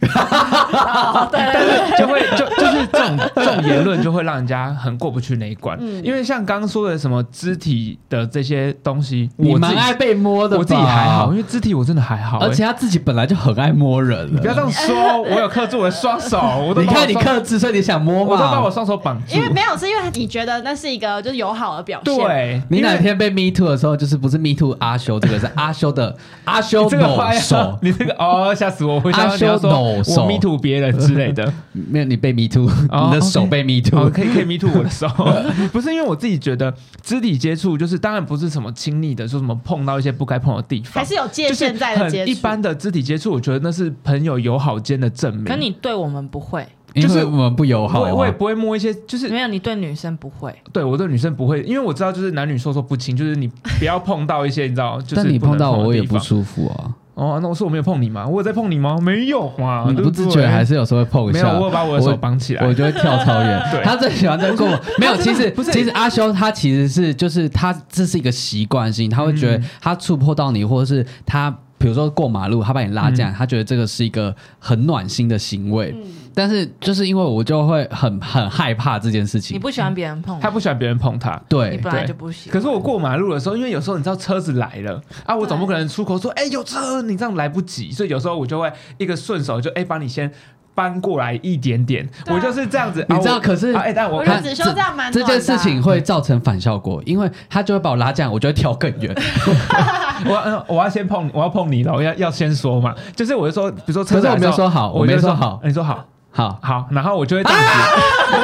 [SPEAKER 3] 就会就就是这种这种言论就会让人家很过不去那一关，
[SPEAKER 2] 嗯
[SPEAKER 3] 因为像刚刚说的什么肢体的这些东西，
[SPEAKER 1] 你
[SPEAKER 3] 我自
[SPEAKER 1] 蛮爱
[SPEAKER 3] 己
[SPEAKER 1] 被摸的吧，
[SPEAKER 3] 我自己还好，因为肢体我真的还好、
[SPEAKER 1] 而且
[SPEAKER 3] 欸
[SPEAKER 1] 他自己本来就很爱摸人
[SPEAKER 3] 你不要这
[SPEAKER 1] 了。
[SPEAKER 3] 样说，我有克制我的双手，我都
[SPEAKER 1] 你
[SPEAKER 3] 把我
[SPEAKER 1] 看你
[SPEAKER 3] 双，
[SPEAKER 1] 克制，所以你想摸
[SPEAKER 3] 我都把我
[SPEAKER 1] 嘛？
[SPEAKER 3] 双手绑住
[SPEAKER 2] 因为，没有，是因为你觉得那是一个就是友好的表现，
[SPEAKER 3] 对，
[SPEAKER 1] 你
[SPEAKER 3] 因为
[SPEAKER 1] 哪天被 me too 的时候，就是不是 me too 阿修这个是阿修的阿修
[SPEAKER 3] 你这个
[SPEAKER 1] 某
[SPEAKER 3] 话要
[SPEAKER 1] 手，
[SPEAKER 3] 你这个哦，吓死我！我想到你要说
[SPEAKER 1] I should know
[SPEAKER 3] 我 me too 别人之 类的，
[SPEAKER 1] 没有你被 me too，
[SPEAKER 3] 哦
[SPEAKER 1] 你的手
[SPEAKER 3] OK
[SPEAKER 1] 被 me
[SPEAKER 3] 哦，
[SPEAKER 1] too，
[SPEAKER 3] 可以可以 me too 我的手， 不是因为我自己觉得肢体接触就是当然不是什么亲密的，说什么碰到一些不该碰的地方，
[SPEAKER 2] 还是有界
[SPEAKER 3] 就是
[SPEAKER 2] 限在的接
[SPEAKER 3] 很
[SPEAKER 2] 触。
[SPEAKER 3] 一般的肢体接触，我觉得那是朋友友好间的证明。
[SPEAKER 4] 可你对我们不会，
[SPEAKER 1] 因
[SPEAKER 3] 就是
[SPEAKER 1] 为我们不友好
[SPEAKER 3] 我也我也
[SPEAKER 1] 啊。
[SPEAKER 3] 不会摸一些，就是
[SPEAKER 4] 没有你对女生不会，
[SPEAKER 3] 对我对女生不会，因为我知道就是男女授受不亲，就是你不要碰到一些你知道，就是
[SPEAKER 1] 但你
[SPEAKER 3] 不能
[SPEAKER 1] 碰到
[SPEAKER 3] 的
[SPEAKER 1] 我，我也
[SPEAKER 3] 地
[SPEAKER 1] 不
[SPEAKER 3] 方
[SPEAKER 1] 舒服啊。
[SPEAKER 3] 哦。那我说我没有碰你吗？我有在碰你吗？没有啊，
[SPEAKER 1] 你
[SPEAKER 3] 对
[SPEAKER 1] 不自觉
[SPEAKER 3] 对
[SPEAKER 1] 还是有时候会碰一
[SPEAKER 3] 没有？
[SPEAKER 1] 下。
[SPEAKER 3] 我有把我的手绑起来
[SPEAKER 1] 我。就会跳超远
[SPEAKER 3] 对。
[SPEAKER 1] 他最喜欢在过 我，没有，
[SPEAKER 3] 他真
[SPEAKER 1] 其
[SPEAKER 3] 的
[SPEAKER 1] 实
[SPEAKER 3] 不是
[SPEAKER 1] 其实阿修他其实是就是他这是一个习惯性，他会觉
[SPEAKER 3] 嗯
[SPEAKER 1] 得他触碰到你，或者是他。比如说过马路，他把你拉进来，
[SPEAKER 3] 嗯
[SPEAKER 1] 他觉得这个是一个很暖心的行为。
[SPEAKER 2] 嗯
[SPEAKER 1] 但是就是因为我就会很很害怕这件事
[SPEAKER 4] 你
[SPEAKER 1] 情，
[SPEAKER 4] 不喜欢别人碰
[SPEAKER 3] 他，不喜欢别人碰他。
[SPEAKER 4] 你
[SPEAKER 1] 对
[SPEAKER 4] 本来
[SPEAKER 3] 对
[SPEAKER 4] 就不喜欢。
[SPEAKER 3] 可是我过马路的时候，因为有时候你知道车子来了啊，我总不可能出口说哎、有车，你这样来不及，所以有时候我就会一个顺手就哎把、你先搬过来一点点，
[SPEAKER 2] 对啊
[SPEAKER 3] 我就是这样子。
[SPEAKER 1] 你
[SPEAKER 3] 啊
[SPEAKER 1] 知道
[SPEAKER 3] 我
[SPEAKER 1] 可是
[SPEAKER 3] 啊哎、但我
[SPEAKER 2] 我
[SPEAKER 1] 看
[SPEAKER 2] 觉得只修这样蛮
[SPEAKER 1] 这
[SPEAKER 2] 暖的啊
[SPEAKER 1] 件事情会造成反效果，因为他就会把我拉进来，我就会跳更 远。
[SPEAKER 3] 我嗯我要先碰，我要碰你了，我要要先说嘛，就是我就说，比如说车
[SPEAKER 1] 可是
[SPEAKER 3] 子来
[SPEAKER 1] 我
[SPEAKER 3] 的
[SPEAKER 1] 没
[SPEAKER 3] 时
[SPEAKER 1] 有说
[SPEAKER 3] 候
[SPEAKER 1] 好，我
[SPEAKER 3] 就
[SPEAKER 1] 没说好，
[SPEAKER 3] 你说好
[SPEAKER 1] 好
[SPEAKER 3] 好，然后我就会 这样子，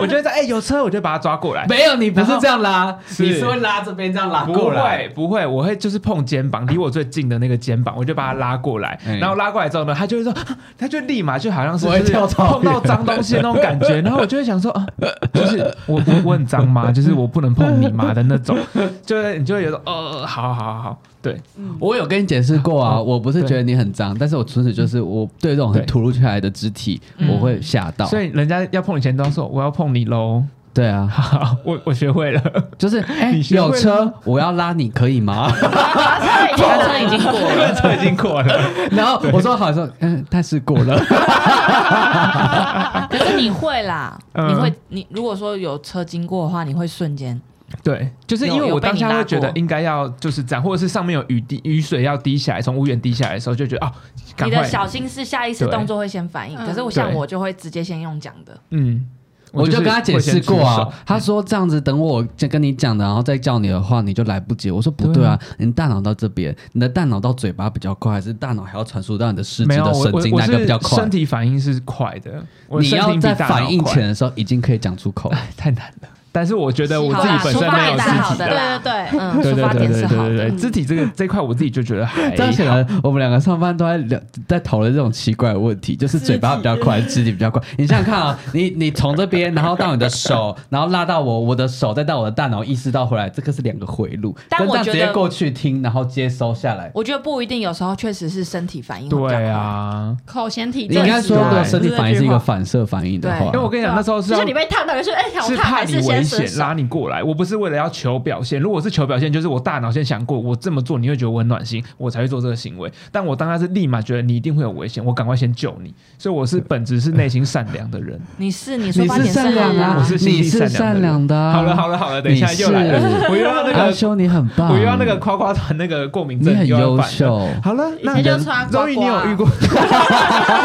[SPEAKER 3] 我就会在哎、有车，我就把它抓过来。
[SPEAKER 1] 没有，你不是这样拉，
[SPEAKER 3] 是
[SPEAKER 1] 你是会拉这边这样拉
[SPEAKER 3] 不
[SPEAKER 1] 过来。
[SPEAKER 3] 会，不会，我会就是碰肩膀，离我最近的那个肩膀，我就把他拉过来，
[SPEAKER 1] 嗯
[SPEAKER 3] 然后拉过来之后呢，他就会说， 啊他就立马就好像是
[SPEAKER 1] 我会
[SPEAKER 3] 就是
[SPEAKER 1] 跳槽
[SPEAKER 3] 碰到脏东西的那种感 觉，然后我就会想说，啊，就是我我我很脏吗？就是我不能碰你吗的那 种，就是你就会有种，呃，好好好好，对，
[SPEAKER 1] 我有跟你解释过啊，
[SPEAKER 3] 哦
[SPEAKER 1] 我不是觉得你很脏，但是我纯粹就是我对这种很
[SPEAKER 3] 对
[SPEAKER 1] 突如其来的肢体，
[SPEAKER 4] 嗯
[SPEAKER 1] 我会吓到。
[SPEAKER 3] 所以人家要碰你前都要说我要碰你喽，
[SPEAKER 1] 对啊，
[SPEAKER 3] 好，我我学 会了，
[SPEAKER 1] 就是哎、
[SPEAKER 3] 你学会
[SPEAKER 1] 有
[SPEAKER 3] 了
[SPEAKER 1] 车我要拉你可以 吗？
[SPEAKER 4] 他车已经过了，
[SPEAKER 3] 这已经过了，
[SPEAKER 1] 然后我说好说，嗯，但是过 了，
[SPEAKER 4] 啊可是你会啦，
[SPEAKER 3] 嗯
[SPEAKER 4] 你会你如果说有车经过的话，你会瞬间
[SPEAKER 3] 对，就是因
[SPEAKER 4] 有
[SPEAKER 3] 为
[SPEAKER 4] 有
[SPEAKER 3] 我
[SPEAKER 4] 被
[SPEAKER 3] 当
[SPEAKER 4] 你
[SPEAKER 3] 下
[SPEAKER 4] 拉
[SPEAKER 3] 会觉得
[SPEAKER 4] 过
[SPEAKER 3] 应该要就是这样，或者是上面有雨滴雨水要滴下来，从屋檐滴下来的时候，就觉得哦，赶
[SPEAKER 4] 你
[SPEAKER 3] 快
[SPEAKER 4] 的小心是下意识
[SPEAKER 3] 对
[SPEAKER 4] 动作会先反应，
[SPEAKER 2] 嗯
[SPEAKER 4] 可是我像
[SPEAKER 3] 对
[SPEAKER 4] 我就会直接先用讲的，
[SPEAKER 3] 嗯，
[SPEAKER 1] 我就
[SPEAKER 3] 就是
[SPEAKER 1] 跟他解释过
[SPEAKER 3] 会先
[SPEAKER 1] 啊
[SPEAKER 3] 出手。
[SPEAKER 1] 他说这样子，等我再跟你讲的，然后再叫你的话，你就来不及。我说不对啊，你大脑到这边，你的大脑到嘴巴比较快，还是大脑还要传输到你的四
[SPEAKER 3] 没
[SPEAKER 1] 肢
[SPEAKER 3] 有，
[SPEAKER 1] 的神
[SPEAKER 3] 我
[SPEAKER 1] 经
[SPEAKER 3] 我
[SPEAKER 1] 哪个比较
[SPEAKER 3] 我是
[SPEAKER 1] 快
[SPEAKER 3] 身？体反应是快的，我的
[SPEAKER 1] 你
[SPEAKER 3] 身体
[SPEAKER 1] 要
[SPEAKER 3] 比
[SPEAKER 1] 在
[SPEAKER 3] 大脑
[SPEAKER 1] 反应
[SPEAKER 3] 快
[SPEAKER 1] 前的时候已经可以讲出口。
[SPEAKER 3] 太难了。但是我觉得我
[SPEAKER 4] 好
[SPEAKER 3] 自己
[SPEAKER 4] 啦
[SPEAKER 3] 本身
[SPEAKER 4] 出发
[SPEAKER 3] 没有
[SPEAKER 4] 也
[SPEAKER 3] 自
[SPEAKER 4] 是好
[SPEAKER 3] 己
[SPEAKER 4] 的
[SPEAKER 2] 对
[SPEAKER 3] 的，
[SPEAKER 2] 对
[SPEAKER 4] 啦
[SPEAKER 2] 对，
[SPEAKER 4] 嗯，
[SPEAKER 3] 对
[SPEAKER 4] 出
[SPEAKER 3] 对
[SPEAKER 4] 发
[SPEAKER 3] 对
[SPEAKER 4] 点
[SPEAKER 3] 对
[SPEAKER 4] 是
[SPEAKER 3] 对
[SPEAKER 4] 好
[SPEAKER 3] 对
[SPEAKER 2] 嗯
[SPEAKER 3] 对，
[SPEAKER 4] 的。
[SPEAKER 3] 肢体这个这一块我自己就觉得
[SPEAKER 4] 哎
[SPEAKER 3] 还
[SPEAKER 1] 这样显然，我们两个上班都在聊，在讨论这种奇怪的问题，就是嘴巴比较快，肢体比 较快。你想想看啊，你你从这边，然后到你的手，然后拉到我，我的手再到我的大脑，意识到回来，这个是两个回路，
[SPEAKER 4] 但
[SPEAKER 1] 跟
[SPEAKER 4] 我
[SPEAKER 1] 这样直
[SPEAKER 4] 觉
[SPEAKER 1] 接
[SPEAKER 4] 得
[SPEAKER 1] 过去听，然后接收下来。
[SPEAKER 4] 我觉得不一定，有时候确实是身体反应。
[SPEAKER 3] 对，啊，
[SPEAKER 2] 口嫌体
[SPEAKER 1] 你
[SPEAKER 2] 正
[SPEAKER 1] 应
[SPEAKER 2] 直
[SPEAKER 1] 该说，
[SPEAKER 2] 啊。
[SPEAKER 3] 对
[SPEAKER 1] 如果身体
[SPEAKER 4] 这
[SPEAKER 1] 反应是一
[SPEAKER 4] 句
[SPEAKER 1] 个
[SPEAKER 4] 话
[SPEAKER 1] 反射反应的
[SPEAKER 4] 对
[SPEAKER 1] 话，
[SPEAKER 3] 因为我跟你
[SPEAKER 2] 对
[SPEAKER 3] 讲
[SPEAKER 2] 啊
[SPEAKER 3] 那时候是
[SPEAKER 2] 就
[SPEAKER 3] 要
[SPEAKER 2] 是你被烫到，你说哎，我
[SPEAKER 3] 是
[SPEAKER 2] 烫
[SPEAKER 3] 怕
[SPEAKER 2] 还
[SPEAKER 3] 你
[SPEAKER 2] 是
[SPEAKER 3] 危
[SPEAKER 2] 先伸
[SPEAKER 3] 险
[SPEAKER 2] 手
[SPEAKER 3] 拉？你过来，我不是为了要求表现。如果是求表现，就是我大脑先想过，我这么做你会觉得我很暖心，我才会做这个行为。但我当下是立马觉得你一定会有危险，我赶快先救你。所以我是本质是内心善良的人。
[SPEAKER 4] 你是你出
[SPEAKER 1] 你
[SPEAKER 4] 发
[SPEAKER 1] 是
[SPEAKER 4] 点
[SPEAKER 1] 善
[SPEAKER 4] 好
[SPEAKER 1] 良
[SPEAKER 4] 的
[SPEAKER 1] 的
[SPEAKER 4] 啊
[SPEAKER 1] 啊，
[SPEAKER 3] 我是心
[SPEAKER 1] 你
[SPEAKER 3] 地
[SPEAKER 1] 是善
[SPEAKER 3] 善良
[SPEAKER 1] 良的啊。
[SPEAKER 3] 好了好了好了，等一下
[SPEAKER 1] 你
[SPEAKER 3] 又来
[SPEAKER 1] 是
[SPEAKER 3] 了，我又要那
[SPEAKER 1] 阿
[SPEAKER 3] 个，
[SPEAKER 1] 修，你很棒，
[SPEAKER 3] 我又要那个夸夸团那个过敏
[SPEAKER 1] 你
[SPEAKER 3] 症，
[SPEAKER 1] 很
[SPEAKER 3] 又要
[SPEAKER 1] 优
[SPEAKER 3] 犯了
[SPEAKER 1] 秀。
[SPEAKER 3] 好了，
[SPEAKER 2] 以
[SPEAKER 3] 那
[SPEAKER 2] 前就穿啊呱
[SPEAKER 3] 终于你有遇
[SPEAKER 2] 呱。
[SPEAKER 3] 过，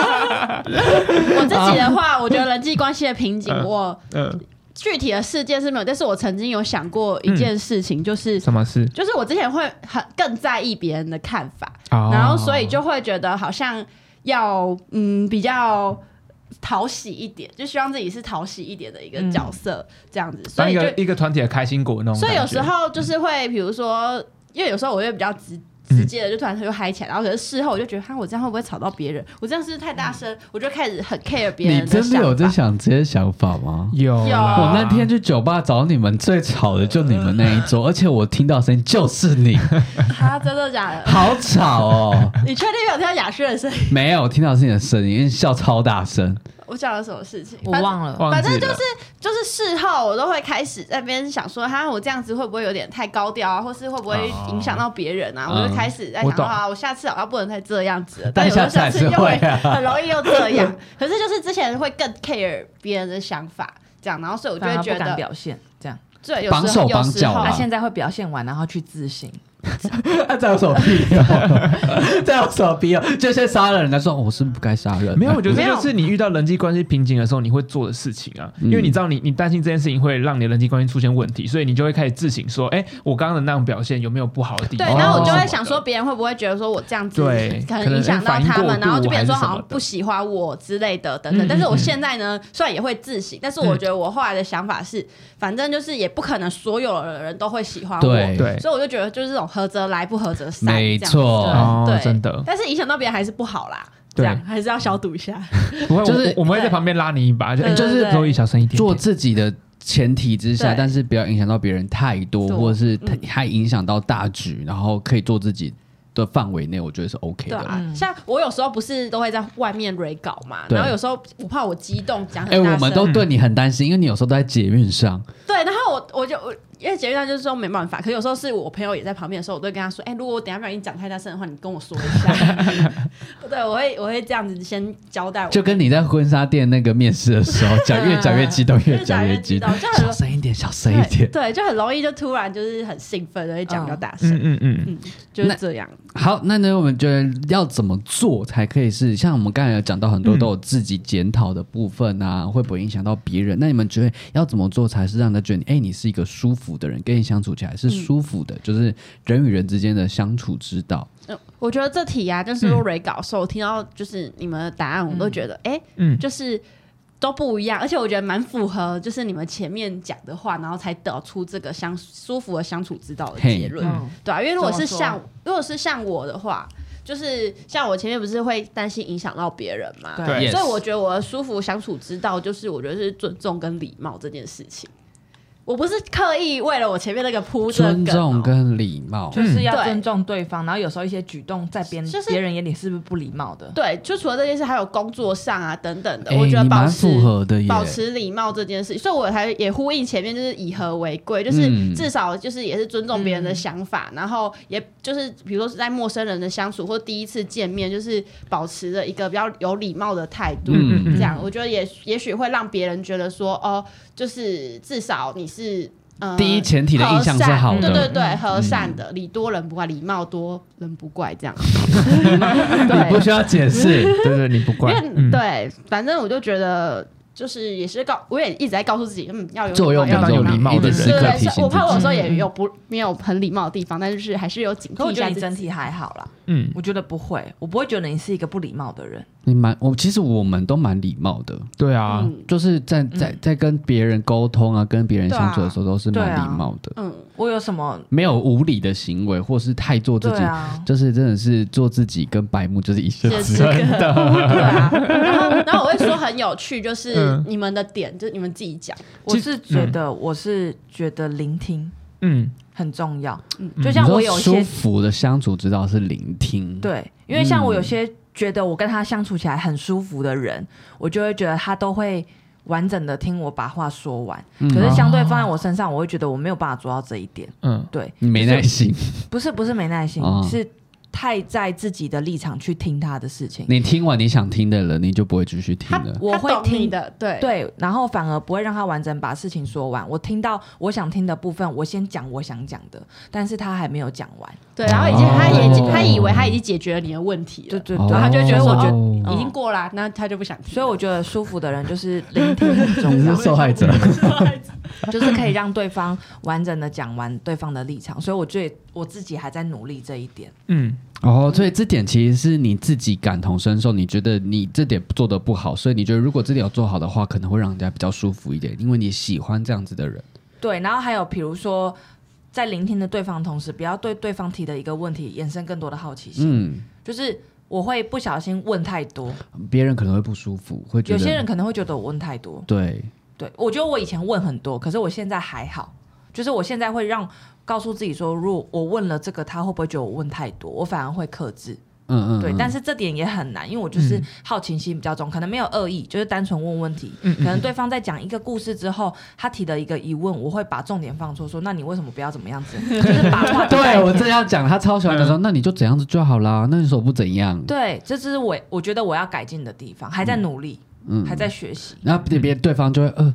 [SPEAKER 2] 我自己的话，我觉得人际关系的瓶颈，
[SPEAKER 3] 啊嗯
[SPEAKER 2] 我
[SPEAKER 3] 嗯，
[SPEAKER 2] 具体的事件是没有，但是我曾经有想过一件事
[SPEAKER 3] 嗯
[SPEAKER 2] 情，就是
[SPEAKER 3] 什么事？
[SPEAKER 2] 就是我之前会很更在意别人的看法，
[SPEAKER 3] 然
[SPEAKER 2] 然
[SPEAKER 1] 哦
[SPEAKER 2] 后所以就会觉得好像要嗯比较讨喜一点，就希望自己是讨喜一点的一个角色、这样子，所
[SPEAKER 3] 当
[SPEAKER 2] 以
[SPEAKER 3] 一
[SPEAKER 2] 就
[SPEAKER 3] 个一个团体的开心果那种感觉。
[SPEAKER 2] 所以有时候就是会比如说，因为有时候我会比较直。
[SPEAKER 3] 嗯
[SPEAKER 2] 直接的就突然就嗨起来，然后可是事后我就觉得，哈，我这样会不会吵到别人？我这样是不是太大声？我就开始很 care 别
[SPEAKER 1] 你
[SPEAKER 2] 人
[SPEAKER 1] 真的
[SPEAKER 2] 想
[SPEAKER 1] 有
[SPEAKER 2] 法
[SPEAKER 1] 这想这些想法吗？
[SPEAKER 3] 有
[SPEAKER 2] 有啊
[SPEAKER 3] 啦
[SPEAKER 1] 啊我那天去酒吧找你们，最吵的就你们那一桌，而且我听到声音就是 你，
[SPEAKER 2] 啊，真的假的？
[SPEAKER 1] 好吵哦！
[SPEAKER 2] 你确定没有听到雅轩的声音？
[SPEAKER 1] 没有，我听到是你的声音，因为笑超大声。
[SPEAKER 2] 我讲了什么事情？
[SPEAKER 4] 我
[SPEAKER 2] 反正
[SPEAKER 4] 忘了。
[SPEAKER 3] 忘
[SPEAKER 2] 反正
[SPEAKER 3] 记
[SPEAKER 2] 就
[SPEAKER 3] 了
[SPEAKER 2] 是就是事后我都会开始在那边想说，哈，我这样子会不会有点太高调啊，或是会不会影响到别人啊？
[SPEAKER 1] 哦
[SPEAKER 2] 我就开始在
[SPEAKER 3] 我
[SPEAKER 2] 想
[SPEAKER 3] 懂
[SPEAKER 2] 说啊，我下次好像不能再这样子了。
[SPEAKER 1] 但
[SPEAKER 2] 有时候
[SPEAKER 1] 下
[SPEAKER 2] 下
[SPEAKER 1] 次
[SPEAKER 2] 次又
[SPEAKER 1] 还是会
[SPEAKER 2] 会
[SPEAKER 1] 啊
[SPEAKER 2] 很容易又这 样。可是就是之前会更 care 别人的想法，这样，然后所以我就
[SPEAKER 4] 反
[SPEAKER 2] 会
[SPEAKER 4] 而
[SPEAKER 2] 觉
[SPEAKER 4] 不敢
[SPEAKER 2] 得，
[SPEAKER 4] 表现，这样。
[SPEAKER 2] 对，有
[SPEAKER 1] 绑
[SPEAKER 2] 时
[SPEAKER 1] 手
[SPEAKER 2] 候有
[SPEAKER 1] 绑
[SPEAKER 2] 时
[SPEAKER 1] 脚
[SPEAKER 2] 候
[SPEAKER 1] 啊
[SPEAKER 4] 他现在会表现完，然后去自省。
[SPEAKER 1] 那这有什么屁 用？这有什么屁用？就先杀了人家说，哦我是不是不该杀人。
[SPEAKER 3] 没有，我觉得
[SPEAKER 2] 没
[SPEAKER 3] 这
[SPEAKER 2] 有
[SPEAKER 3] 就是你遇到人际关系瓶颈的时候，你会做的事情啊，
[SPEAKER 1] 嗯
[SPEAKER 3] 因为你知道你你担心这件事情会让你的人际关系出现问题，所以你就会开始自省说，哎、我刚刚的那种表现有没有不好的地
[SPEAKER 2] 对，
[SPEAKER 3] 方？哦
[SPEAKER 2] 然后我就
[SPEAKER 3] 或
[SPEAKER 2] 会
[SPEAKER 3] 者
[SPEAKER 2] 想
[SPEAKER 3] 什么
[SPEAKER 2] 说，
[SPEAKER 3] 的，
[SPEAKER 2] 别人会不会觉得说我这样子
[SPEAKER 3] 对
[SPEAKER 2] 可
[SPEAKER 3] 可
[SPEAKER 2] 能
[SPEAKER 3] 能
[SPEAKER 2] 影响到他
[SPEAKER 3] 反应过
[SPEAKER 2] 们，
[SPEAKER 3] 度
[SPEAKER 2] 然后就变成说好
[SPEAKER 3] 还是什么
[SPEAKER 2] 像
[SPEAKER 3] 的
[SPEAKER 2] 不喜欢我之类的等等。
[SPEAKER 3] 嗯
[SPEAKER 2] 但是我
[SPEAKER 3] 嗯
[SPEAKER 2] 现在呢，虽然也会自省，但是我觉得我后来的想法是，反正就是也不可能所有的人都会喜欢我，
[SPEAKER 1] 对
[SPEAKER 3] 对
[SPEAKER 2] 所以我就觉得就是这种合则来，不合则散，
[SPEAKER 1] 没
[SPEAKER 2] 这样
[SPEAKER 1] 错
[SPEAKER 2] 对
[SPEAKER 3] 哦
[SPEAKER 2] 对
[SPEAKER 3] 真的
[SPEAKER 2] 但是影响到别人还是不好啦，
[SPEAKER 3] 对
[SPEAKER 2] 这样还是要消毒一下。
[SPEAKER 3] 不会，
[SPEAKER 1] 就是
[SPEAKER 3] 我我们会在旁边拉你一把，就
[SPEAKER 2] 对
[SPEAKER 3] 哎
[SPEAKER 2] 对对
[SPEAKER 3] 周易小声一点点，
[SPEAKER 1] 做自己的前提之下，
[SPEAKER 2] 对
[SPEAKER 1] 但是不要影响到别人太多，
[SPEAKER 2] 对
[SPEAKER 1] 或者是太
[SPEAKER 2] 嗯
[SPEAKER 1] 太影响到大局，然后可以做自己的范围内，我觉得是 OK
[SPEAKER 2] 对
[SPEAKER 1] 的。
[SPEAKER 2] 啊，像我有时候不是都会在外面 re 稿嘛，
[SPEAKER 1] 对
[SPEAKER 2] 然后有时候我怕我激动讲
[SPEAKER 1] 哎、
[SPEAKER 2] 很大声，
[SPEAKER 1] 我们都对你很担心，因为你有时候都在捷运上，
[SPEAKER 2] 对，然后我我就我因为节目上就是说没办法，可有时候是我朋友也在旁边的时候，我都会跟他说，哎、如果我等一下不小心讲太大声的话，你跟我说一下。 对，我会我会这样子先交代我，
[SPEAKER 1] 就跟你在婚纱店那个面试的时候，讲越讲越激动，越讲越 激动
[SPEAKER 2] 越讲越激动这，样
[SPEAKER 1] 小声一点，小声一
[SPEAKER 2] 对
[SPEAKER 1] 点。
[SPEAKER 2] 对，就很容易就突然就是很兴奋，就会讲比较大声，
[SPEAKER 3] 嗯嗯嗯，
[SPEAKER 2] 嗯，就是这样。
[SPEAKER 1] 好，那呢，我们觉得要怎么做才可以是像我们刚才有讲到很多
[SPEAKER 3] 嗯
[SPEAKER 1] 都有自己检讨的部分
[SPEAKER 2] 嗯
[SPEAKER 1] 啊，会不会影响到别人？那你们觉得要怎么做才是让人家觉得，哎、你是一个舒服的人，跟你相处起来是舒服的，就是人与人之间的相处之道。
[SPEAKER 2] 嗯我觉得这题呀、就是说 re 稿的时候，我听到就是你们的答案，我都觉得，哎、
[SPEAKER 3] 嗯
[SPEAKER 2] 就是都不一样，而且我觉得蛮符合，就是你们前面讲的话，然后才得出这个相舒服的相处之道的结论
[SPEAKER 4] 嘿嗯，
[SPEAKER 2] 对啊，因为如果是
[SPEAKER 4] 怎么说
[SPEAKER 2] 像如果是像我的话，就是像我前面不是会担心影响到别人嘛，
[SPEAKER 4] 对
[SPEAKER 1] 对
[SPEAKER 2] 所以我觉得我的舒服相处之道就是我觉得是尊重跟礼貌这件事情。我不是刻意为了我前面那个铺这个梗
[SPEAKER 1] 尊
[SPEAKER 2] 哦
[SPEAKER 1] 重跟礼貌，
[SPEAKER 4] 就是
[SPEAKER 2] 嗯对
[SPEAKER 4] 要尊重对方，然后有时候一些举动在别人
[SPEAKER 2] 就是
[SPEAKER 4] 别人眼里是不是不礼貌的？
[SPEAKER 2] 对，就除了这件事，还有工作上啊等等的，
[SPEAKER 1] 哎、
[SPEAKER 2] 我觉得
[SPEAKER 1] 你
[SPEAKER 2] 保
[SPEAKER 1] 蛮
[SPEAKER 2] 持
[SPEAKER 1] 符合的耶。
[SPEAKER 2] 保持礼貌这件事，所以我才也呼应前面就是以和为贵，就是
[SPEAKER 1] 嗯
[SPEAKER 2] 至少就是也是尊重别人的想法，然后也就是比如说是在陌生人的相处或第一次见面，就是保持着一个比较有礼貌的态度，
[SPEAKER 1] 嗯
[SPEAKER 2] 这样我觉得也也许会让别人觉得说哦，就是至少你是。呃
[SPEAKER 1] 第一前提的印象是
[SPEAKER 2] 和善
[SPEAKER 1] 好的
[SPEAKER 2] 对对对，
[SPEAKER 4] 嗯
[SPEAKER 2] 和善的，礼多人不怪，礼貌多人不怪，这样。
[SPEAKER 1] 你不需要解释。
[SPEAKER 3] 对对，你不
[SPEAKER 2] 因
[SPEAKER 3] 管
[SPEAKER 2] 为、，
[SPEAKER 3] 嗯，
[SPEAKER 2] 对，反正我就觉得就是也是告，我也一直在告诉自己，嗯，要有
[SPEAKER 1] 作用
[SPEAKER 2] 礼貌
[SPEAKER 1] 的
[SPEAKER 2] 要
[SPEAKER 3] 有
[SPEAKER 2] 礼
[SPEAKER 3] 礼貌
[SPEAKER 1] 一
[SPEAKER 3] 的
[SPEAKER 1] 直
[SPEAKER 3] 人
[SPEAKER 1] 时
[SPEAKER 2] 对
[SPEAKER 1] 刻
[SPEAKER 2] 对
[SPEAKER 1] 提
[SPEAKER 2] 对，
[SPEAKER 1] 醒
[SPEAKER 2] 我怕我
[SPEAKER 1] 自
[SPEAKER 2] 有
[SPEAKER 1] 己。
[SPEAKER 2] 时候也有不没有很礼貌的地方，但是还是有警
[SPEAKER 4] 可
[SPEAKER 2] 惕
[SPEAKER 4] 我
[SPEAKER 2] 一
[SPEAKER 4] 觉得
[SPEAKER 2] 下
[SPEAKER 4] 你
[SPEAKER 2] 自
[SPEAKER 4] 整
[SPEAKER 2] 己。
[SPEAKER 4] 体还好啦，
[SPEAKER 3] 嗯，
[SPEAKER 4] 我觉得不会，我不会觉得你是一个不礼貌的人。
[SPEAKER 1] 你蛮我其实我们都蛮礼貌的，
[SPEAKER 3] 对啊，
[SPEAKER 2] 嗯
[SPEAKER 1] 就是在在在跟别人沟通啊，跟别人相处的时候都是
[SPEAKER 4] 对
[SPEAKER 1] 蛮
[SPEAKER 4] 啊
[SPEAKER 1] 礼貌的，
[SPEAKER 2] 嗯，
[SPEAKER 4] 我有什么？
[SPEAKER 1] 没有无理的行为，或是太做自
[SPEAKER 4] 对
[SPEAKER 1] 己，
[SPEAKER 4] 啊，
[SPEAKER 1] 就是真的是做自己跟白目就是一线
[SPEAKER 2] 这
[SPEAKER 1] 之
[SPEAKER 2] 是
[SPEAKER 1] 隔。
[SPEAKER 2] 个，对 啊。然后，然后我会说很有趣，就是
[SPEAKER 3] 嗯
[SPEAKER 2] 你们的点，就是你们自己讲，
[SPEAKER 4] 我是觉得，
[SPEAKER 1] 嗯
[SPEAKER 4] 我是觉得聆听
[SPEAKER 3] 嗯，
[SPEAKER 4] 很重要。
[SPEAKER 2] 嗯
[SPEAKER 4] 就像我
[SPEAKER 1] 你
[SPEAKER 4] 有
[SPEAKER 1] 说
[SPEAKER 4] 一
[SPEAKER 1] 舒
[SPEAKER 4] 些
[SPEAKER 1] 服的相处之道是聆听，，
[SPEAKER 4] 对，因为像我有些觉得我跟他相处起来很舒服的
[SPEAKER 1] 嗯
[SPEAKER 4] 人，我就会觉得他都会完整的听我把话说完。
[SPEAKER 1] 嗯
[SPEAKER 4] 可是相对放
[SPEAKER 2] 哦
[SPEAKER 4] 在我身上，我会觉得我没有办法做到这一点。
[SPEAKER 3] 嗯，
[SPEAKER 4] 对，
[SPEAKER 1] 你没耐心，
[SPEAKER 4] 不是不是没耐心，
[SPEAKER 1] 哦
[SPEAKER 4] 是太在自己的立场去听他的事情。
[SPEAKER 1] 你听完你想听的了，你就不会继续听
[SPEAKER 2] 他
[SPEAKER 1] 了。
[SPEAKER 4] 我会
[SPEAKER 2] 他懂你
[SPEAKER 4] 听
[SPEAKER 2] 的，对，
[SPEAKER 4] 对，然后反而不会让他完整把事情说完。我听到我想听的部分，我先讲我想讲的，但是他还没有讲完。
[SPEAKER 2] 对，然后已经他
[SPEAKER 1] 哦
[SPEAKER 2] 也他以为他已经解决了你的问题
[SPEAKER 4] 对
[SPEAKER 2] 了，
[SPEAKER 4] 对
[SPEAKER 1] 哦
[SPEAKER 4] 对，
[SPEAKER 2] 然后他就会觉得
[SPEAKER 4] 所
[SPEAKER 2] 说
[SPEAKER 4] 以我觉得。
[SPEAKER 1] 哦
[SPEAKER 2] 已经过了，那他就不想听。
[SPEAKER 4] 所以我觉得舒服的人就是聆听很重要
[SPEAKER 1] 你是，受害者，
[SPEAKER 4] 就是可以让对方完整的讲完对方的立场。所以我最我自己还在努力这一点。
[SPEAKER 3] 嗯，
[SPEAKER 1] 哦，所以这点其实是你自己感同身受，你觉得你这点做的不好，所以你觉得如果这点有做好的话，可能会让人家比较舒服一点，因为你喜欢这样子的人。
[SPEAKER 4] 对，然后还有比如说，在聆听的对方的同时，不要对对方提的一个问题衍生更多的好奇心。
[SPEAKER 1] 嗯，
[SPEAKER 4] 就是我会不小心问太多，
[SPEAKER 1] 别人可能会不舒服，会觉
[SPEAKER 4] 有
[SPEAKER 1] 得
[SPEAKER 4] 些人可能会觉得我问太多。
[SPEAKER 1] 对，
[SPEAKER 4] 对，我觉得我以前问很多，可是我现在还好，就是我现在会让告诉自己说，如果我问了这个，他会不会觉得我问太多？我反而会克制。
[SPEAKER 1] 嗯嗯，
[SPEAKER 4] 对，
[SPEAKER 1] 嗯
[SPEAKER 4] 但是这点也很难，因为我就是好奇心比较重，可能没有恶意，就是单纯问问题。
[SPEAKER 1] 嗯
[SPEAKER 4] 可能对方在讲一个故事之后，他提的一个疑问，我会把重点放错，说那你为什么不要怎么样 子？就是把话题带
[SPEAKER 1] 对我这样讲，他超喜欢的说，那你就怎样子就好啦，那你说我不怎样，
[SPEAKER 4] 对，这是我我觉得我要改进的地方，还在努力，
[SPEAKER 1] 嗯，
[SPEAKER 4] 还在学习。
[SPEAKER 1] 然后别别对方就会，呃，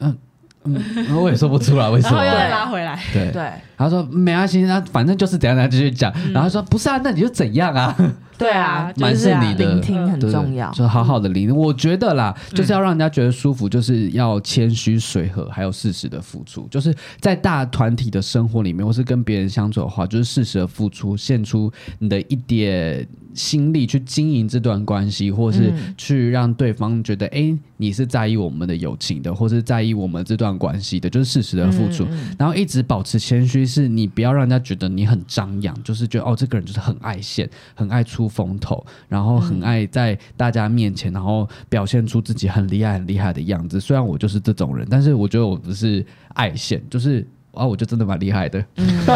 [SPEAKER 1] 嗯 嗯，然后我也说不出来为什
[SPEAKER 2] 然后
[SPEAKER 1] 么
[SPEAKER 2] 又，
[SPEAKER 4] 对
[SPEAKER 2] 再拉回来，
[SPEAKER 1] 对，
[SPEAKER 4] 对
[SPEAKER 1] 他说没关系，那反正就是怎样，他继续讲，
[SPEAKER 4] 嗯
[SPEAKER 1] 然后他说不是啊，那你就怎样啊，
[SPEAKER 4] 对啊，
[SPEAKER 1] 蛮
[SPEAKER 4] 就是
[SPEAKER 1] 顺利的
[SPEAKER 4] 聆听很
[SPEAKER 1] 对
[SPEAKER 4] 重要。嗯
[SPEAKER 1] 就好好的聆听。我觉得啦，就是要让人家觉得舒服，就是要谦虚、随和，还有适时的付出。就是在大团体的生活里面，或是跟别人相处的话，就是适时的付出，献出你的一点心力去经营这段关系，或是
[SPEAKER 4] 嗯
[SPEAKER 1] 去让对方觉得，哎、你是在意我们的友情的，或是在意我们这段关系的，就是适时的付出。然后一直保持谦虚，是你不要让人家觉得你很张扬，就是觉得哦，这个人就是很爱现，很爱出风头，然后很爱在大家面前，然后表现出自己很厉害、很厉害的样子。虽然我就是这种人，但是我觉得我不是爱现，就是啊，我就真的蛮厉害的。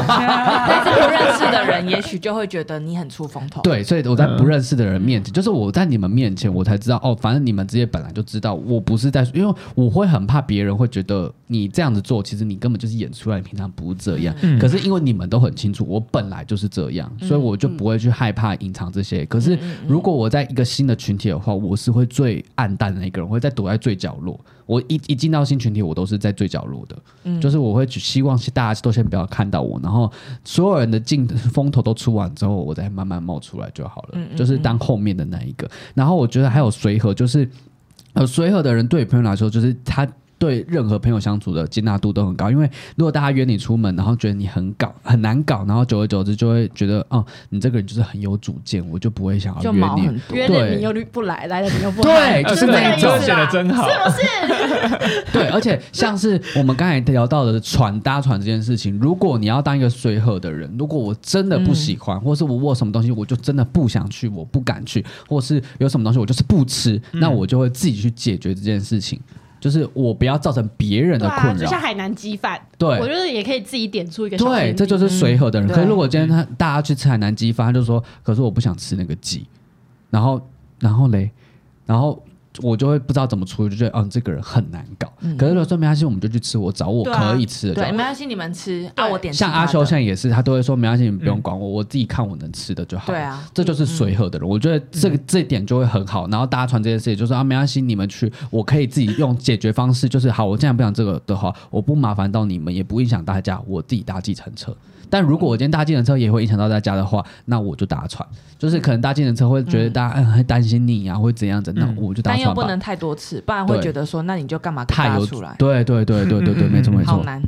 [SPEAKER 4] 但是不认识的人，也许就会觉得你很出风头。
[SPEAKER 1] 对，所以我在不认识的人面前，就是我在你们面前，我才知道哦，反正你们这些本来就知道，我不是在，因为我会很怕别人会觉得你这样子做，其实你根本就是演出来，你平常不是这样。
[SPEAKER 3] 嗯
[SPEAKER 1] 可是因为你们都很清楚，我本来就是这样，所以我就不会去害怕隐藏这些。可是如果我在一个新的群体的话，我是会最暗淡的那个人，我会在躲在最角落。我一一进到新群体，我都是在最角落的，
[SPEAKER 4] 嗯
[SPEAKER 1] 就是我会去希望是大家都先不要看到我，然后所有人的镜 风头都出完之后，我再慢慢冒出来就好了，
[SPEAKER 4] 嗯
[SPEAKER 1] 就是当后面的那一个。然后我觉得还有随和，就是呃随和的人对于朋友来说，就是他。对任何朋友相处的接纳度都很高，因为如果大家约你出门，然后觉得你很搞很难搞，然后久而久之就会觉得，哦、你这个人就是很有主见，我就不会想要
[SPEAKER 4] 就
[SPEAKER 1] 啊约
[SPEAKER 4] 毛
[SPEAKER 1] 你。
[SPEAKER 4] 很多。
[SPEAKER 2] 约了
[SPEAKER 1] 对
[SPEAKER 2] 你又不来，来了你又不
[SPEAKER 1] 对
[SPEAKER 2] 来，
[SPEAKER 1] 哎就是
[SPEAKER 2] 这个
[SPEAKER 1] 那
[SPEAKER 2] 意
[SPEAKER 1] 一
[SPEAKER 2] 思啊
[SPEAKER 1] 种
[SPEAKER 3] 呃这写的
[SPEAKER 2] 啦。
[SPEAKER 3] 真
[SPEAKER 1] 啊
[SPEAKER 3] 好，
[SPEAKER 2] 啊
[SPEAKER 1] 对，而且像是我们刚才聊到的船搭船这件事情，如果你要当一个随和的人，如果我真的不喜欢，或是我握什么东西，我就真的不想去，我不敢去，或是有什么东西我就是不吃，那我就会自己去解决这件事情，就是我不要造成别人
[SPEAKER 2] 对
[SPEAKER 1] 的
[SPEAKER 2] 啊，
[SPEAKER 1] 困
[SPEAKER 2] 就
[SPEAKER 1] 扰
[SPEAKER 2] 像。海南鸡饭，
[SPEAKER 1] 对
[SPEAKER 2] 我觉得也可以自己点出一个小甜
[SPEAKER 1] 对，
[SPEAKER 2] 品
[SPEAKER 1] 这就是随和的人。
[SPEAKER 4] 嗯
[SPEAKER 1] 可是如果今天他大家去吃海南鸡饭，他就说：“可是我不想吃那个鸡。”然后，然后嘞，然后我就会不知道怎么处理，就觉得嗯，这个人很难搞。可是如果说没关系，我们就去吃我找我
[SPEAKER 2] 对啊
[SPEAKER 1] 可以吃的就好
[SPEAKER 4] 嗯对，没关系，你们吃啊，
[SPEAKER 2] 对
[SPEAKER 4] 我点其他
[SPEAKER 1] 像
[SPEAKER 4] 的。嗯
[SPEAKER 1] 阿修现在也是，他都会说没关系，你不用管我，我自己看我能吃的就好。
[SPEAKER 4] 对啊，
[SPEAKER 1] 这就是随和的人，我觉得这
[SPEAKER 4] 嗯
[SPEAKER 1] 个这一点就会很好。然后大家传这件事情，就是啊，没关系，你们去，我可以自己用解决方式，就是好，我既然不想这个的话，我不麻烦到你们，也不影响大家，我自己搭计程车。但如果我今天搭计程车也会影响到大家的话，那我就搭船。就是可能搭计程车会觉得大家嗯会担心你啊，会怎样子，那我就搭
[SPEAKER 4] 嗯但又
[SPEAKER 1] 船
[SPEAKER 4] 不
[SPEAKER 1] 吧
[SPEAKER 4] 能。太多次，不然会
[SPEAKER 1] 对
[SPEAKER 4] 觉得说，那你就干嘛
[SPEAKER 1] 太
[SPEAKER 4] 拉
[SPEAKER 1] 有
[SPEAKER 4] 出来？ 嗯
[SPEAKER 1] 对对对对对对，没错没
[SPEAKER 4] 好
[SPEAKER 1] 错。
[SPEAKER 4] 难。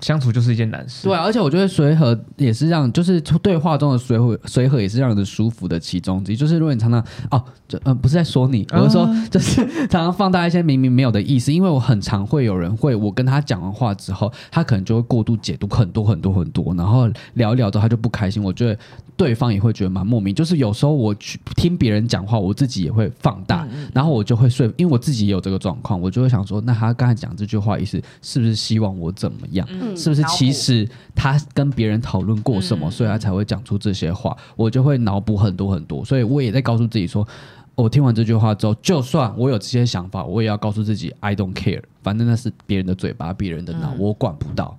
[SPEAKER 3] 相处就是一件难事。
[SPEAKER 1] 对，啊而且我觉得随和也是让，就是对话中的随和，随和也是让人舒服的其中之一。就是如果你常常哦，就呃不是在说你，我是说就是常常放大一些明明没有的意思，因为我很常会有人会，我跟他讲完话之后，他可能就会过度解读很多很多很多，然后聊一聊之后他就不开心，我觉得对方也会觉得蛮莫名。就是有时候我去听别人讲话，我自己也会
[SPEAKER 4] 嗯
[SPEAKER 1] 放大，然后我就会说，因为我自己也有这个状况，我就会想说，那他刚才讲这句话意思是不是希望我怎么样？
[SPEAKER 2] 嗯
[SPEAKER 1] 是不是
[SPEAKER 4] 脑补
[SPEAKER 1] 其实他跟别人讨论过什么，
[SPEAKER 4] 嗯
[SPEAKER 1] 所以他才会讲出这些话？我就会脑补很多很多，所以我也在告诉自己说，我听完这句话之后，就算我有这些想法，我也要告诉自己 I don't care，反正那是别人的嘴巴、别人的脑，
[SPEAKER 4] 嗯
[SPEAKER 1] 我管不到。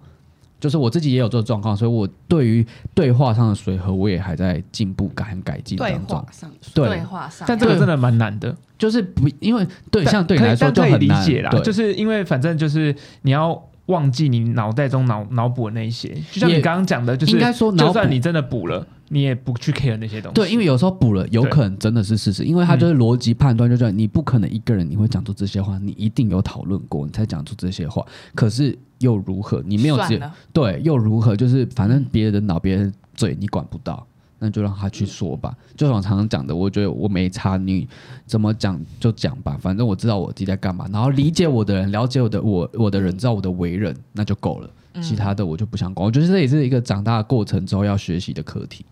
[SPEAKER 1] 就是我自己也有这个状况，所以我对于对话上的随和，我也还在进步改改进
[SPEAKER 2] 对
[SPEAKER 1] 当中
[SPEAKER 2] 话。上
[SPEAKER 4] 对话上，嗯
[SPEAKER 3] 但这个真的蛮难的。
[SPEAKER 1] 就是不因为对
[SPEAKER 3] 但
[SPEAKER 1] 象对你
[SPEAKER 3] 可以
[SPEAKER 1] 来说
[SPEAKER 3] 但
[SPEAKER 1] 就
[SPEAKER 3] 可以
[SPEAKER 1] 很
[SPEAKER 3] 理
[SPEAKER 1] 难，
[SPEAKER 3] 解啦，
[SPEAKER 1] 对，
[SPEAKER 3] 就是因为反正就是你要。忘记你脑袋中脑脑补的那一些，就像
[SPEAKER 1] 也
[SPEAKER 3] 你刚刚讲的，就是
[SPEAKER 1] 应该说脑补
[SPEAKER 3] 就算你真的补了，你也不去 care 那些东西。
[SPEAKER 1] 对，因为有时候补了，有
[SPEAKER 3] 对
[SPEAKER 1] 可能真的是事实，因为他就是逻辑判断，就是你不可能一个人你会讲出这些话，你一定有讨论过，你才讲出这些话。可是又如何？你没有
[SPEAKER 4] 算
[SPEAKER 1] 直接
[SPEAKER 4] 了
[SPEAKER 1] 对，又如何？就是反正别人的脑、别人的嘴你管不到，那就让他去说吧。就像我常常讲的，我觉得我没差，你怎么讲就讲吧，反正我知道我自己在干嘛。然后理解我的人，了解我的我我的人，知道我的为人，那就够了。
[SPEAKER 3] 嗯
[SPEAKER 4] 嗯
[SPEAKER 1] 其他的我就不想管。我觉得这也是一个长大的过程之后要学习的课题。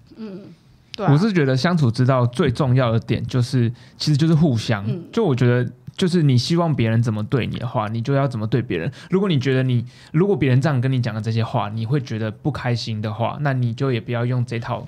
[SPEAKER 2] 对啊
[SPEAKER 3] 我是觉得相处之道最重要的点就是，其实就是互相。
[SPEAKER 2] 嗯
[SPEAKER 3] 就我觉得，就是你希望别人怎么对你的话，你就要怎么对别人。如果你觉得你，如果别人这样跟你讲的这些话，你会觉得不开心的话，那你就也不要用这套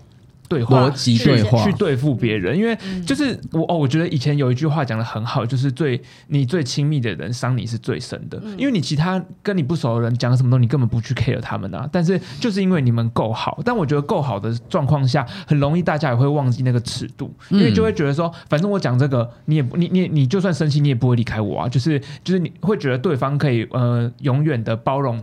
[SPEAKER 3] 对话
[SPEAKER 1] 逻辑
[SPEAKER 3] 去
[SPEAKER 1] 对话
[SPEAKER 3] 去对付别人，因为就是我哦，我觉得以前有一句话讲的很好，就是最你最亲密的人伤你是最深的，因为你其他跟你不熟的人讲什么东西，你根本不去 care 他们啊。但是就是因为你们够好，但我觉得够好的状况下，很容易大家也会忘记那个尺度，因为
[SPEAKER 1] 嗯
[SPEAKER 3] 就会觉得说，反正我讲这个，你也不你你你就算生气，你也不会离开我啊。就是就是你会觉得对方可以呃永远的包容，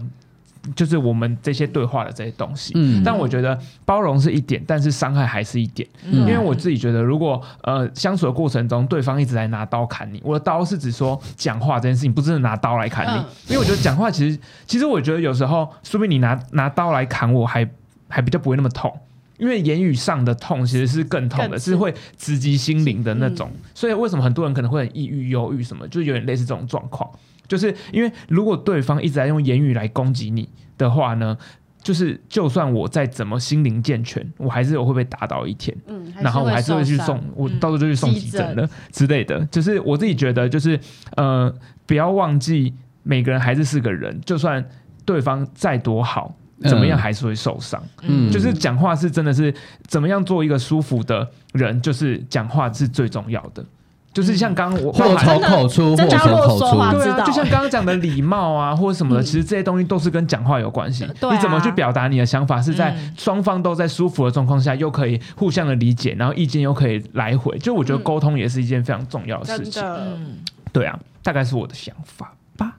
[SPEAKER 3] 就是我们这些对话的这些东西。
[SPEAKER 1] 嗯
[SPEAKER 3] 但我觉得包容是一点，但是伤害还是一点。
[SPEAKER 1] 嗯
[SPEAKER 3] 因为我自己觉得，如果呃相处的过程中，对方一直在拿刀砍你，我的刀是指说讲话这件事情，不是拿刀来砍你。
[SPEAKER 2] 嗯
[SPEAKER 3] 因为我觉得讲话其实，其实我觉得有时候，说不定你拿拿刀来砍我还还比较不会那么痛。因为言语上的痛其实是更痛的，
[SPEAKER 2] 更
[SPEAKER 3] 是会直击心灵的那种。所以为什么很多人可能会很抑郁、忧郁什么，就是有点类似这种状况。就是因为如果对方一直在用言语来攻击你的话呢，就是就算我再怎么心灵健全，我还是有会被打倒一天。
[SPEAKER 2] 嗯，
[SPEAKER 3] 然后我还是会去
[SPEAKER 2] 受伤
[SPEAKER 3] 送，我
[SPEAKER 4] 嗯
[SPEAKER 3] 到时候就去送
[SPEAKER 2] 急
[SPEAKER 3] 急诊
[SPEAKER 2] 诊
[SPEAKER 3] 了之类的。就是我自己觉得，就是呃，不要忘记每个人还是是个人，就算对方再多好，怎么样还是会受伤。
[SPEAKER 1] 嗯
[SPEAKER 3] 就是讲话是真的是怎么样做一个舒服的人，就是讲话是最重要的。就是像刚刚我
[SPEAKER 1] 祸
[SPEAKER 3] 包含
[SPEAKER 1] 从口出，祸
[SPEAKER 2] 真
[SPEAKER 1] 从口
[SPEAKER 2] 的真的要啰嗦话
[SPEAKER 1] 出。
[SPEAKER 3] 对
[SPEAKER 2] 知道
[SPEAKER 3] 啊，就像
[SPEAKER 2] 欸
[SPEAKER 3] 刚刚讲的礼貌啊，或者什么的，
[SPEAKER 2] 嗯
[SPEAKER 3] 其实这些东西都是跟讲话有关系。
[SPEAKER 4] 对啊
[SPEAKER 3] 你怎么去表达你的想法，是在
[SPEAKER 4] 嗯
[SPEAKER 3] 双方都在舒服的状况下，又可以互相的理解，然后意见又可以来回。就我觉得
[SPEAKER 2] 嗯
[SPEAKER 3] 沟通也是一件非常重要的事
[SPEAKER 2] 真
[SPEAKER 3] 情。
[SPEAKER 2] 的，
[SPEAKER 4] 嗯，
[SPEAKER 3] 对啊，大概是我的想法吧。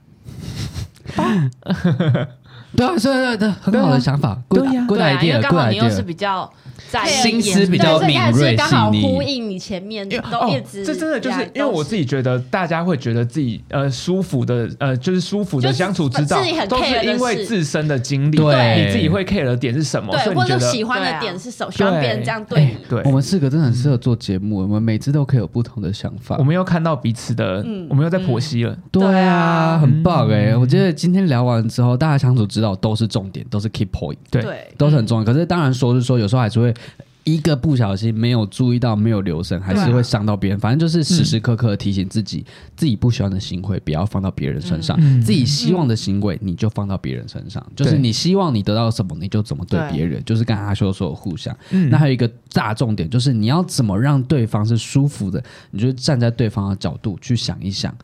[SPEAKER 1] 对啊，对对对，很好的想法。
[SPEAKER 3] 对
[SPEAKER 1] Good
[SPEAKER 3] 啊
[SPEAKER 1] good
[SPEAKER 4] 对啊，因为
[SPEAKER 1] idea，
[SPEAKER 4] 刚
[SPEAKER 1] good
[SPEAKER 4] 好你又是
[SPEAKER 1] idea。
[SPEAKER 4] 比较在意
[SPEAKER 1] 心思
[SPEAKER 4] 眼
[SPEAKER 1] 比较
[SPEAKER 2] 对
[SPEAKER 1] 敏
[SPEAKER 2] 这
[SPEAKER 1] 锐
[SPEAKER 2] 也是刚好
[SPEAKER 1] 细腻
[SPEAKER 2] 呼应你前面
[SPEAKER 3] 因为
[SPEAKER 2] 都一
[SPEAKER 3] 哦，
[SPEAKER 2] 直
[SPEAKER 3] 这真的就是
[SPEAKER 2] 呀
[SPEAKER 3] 因为我自己觉得，大家会觉得自己呃舒服的呃就是舒服的
[SPEAKER 2] 就是
[SPEAKER 3] 相处之道
[SPEAKER 2] 自己，很
[SPEAKER 3] 都是
[SPEAKER 2] care 的
[SPEAKER 3] 因为
[SPEAKER 2] 事
[SPEAKER 3] 自身的经历，
[SPEAKER 1] 对
[SPEAKER 3] 你自己会 care 的点是什么，所
[SPEAKER 2] 对，
[SPEAKER 3] 以你
[SPEAKER 2] 或
[SPEAKER 3] 觉
[SPEAKER 2] 者
[SPEAKER 3] 得哎
[SPEAKER 2] 喜欢
[SPEAKER 4] 对啊
[SPEAKER 2] 的点是什么？喜欢别人这样对你，
[SPEAKER 3] 对
[SPEAKER 1] 我。们四个真的很适合做节目，我们每次都可以有不同的想法
[SPEAKER 3] 我。们又看到彼此的，
[SPEAKER 2] 嗯
[SPEAKER 3] 我们又在剖析了。
[SPEAKER 1] 对
[SPEAKER 4] 对
[SPEAKER 1] 啊，
[SPEAKER 4] 啊
[SPEAKER 1] 很棒哎！我觉得今天聊完之后，大家相处之道都是重点，都是 key point，
[SPEAKER 3] 对
[SPEAKER 2] 对，
[SPEAKER 1] 都是很重
[SPEAKER 3] 嗯
[SPEAKER 1] 要。可是当然说是说，有时候还是会。一个不小心没有注意到，没有留神，还是
[SPEAKER 3] 啊
[SPEAKER 1] 会伤到别人。反正就是
[SPEAKER 3] 嗯
[SPEAKER 1] 时时刻刻提醒自己，自己不喜欢的行为不要放到别人身上，
[SPEAKER 3] 嗯
[SPEAKER 1] 自己希望的行为你就放到别人身上。就是
[SPEAKER 3] 对
[SPEAKER 1] 你希望你得到什么，你就怎么对
[SPEAKER 4] 对
[SPEAKER 1] 别人。就是跟阿修说的互相。
[SPEAKER 3] 嗯
[SPEAKER 1] 那还有一个大重点就是你要怎么让对方是舒服的，你就站在对方的角度去想一想，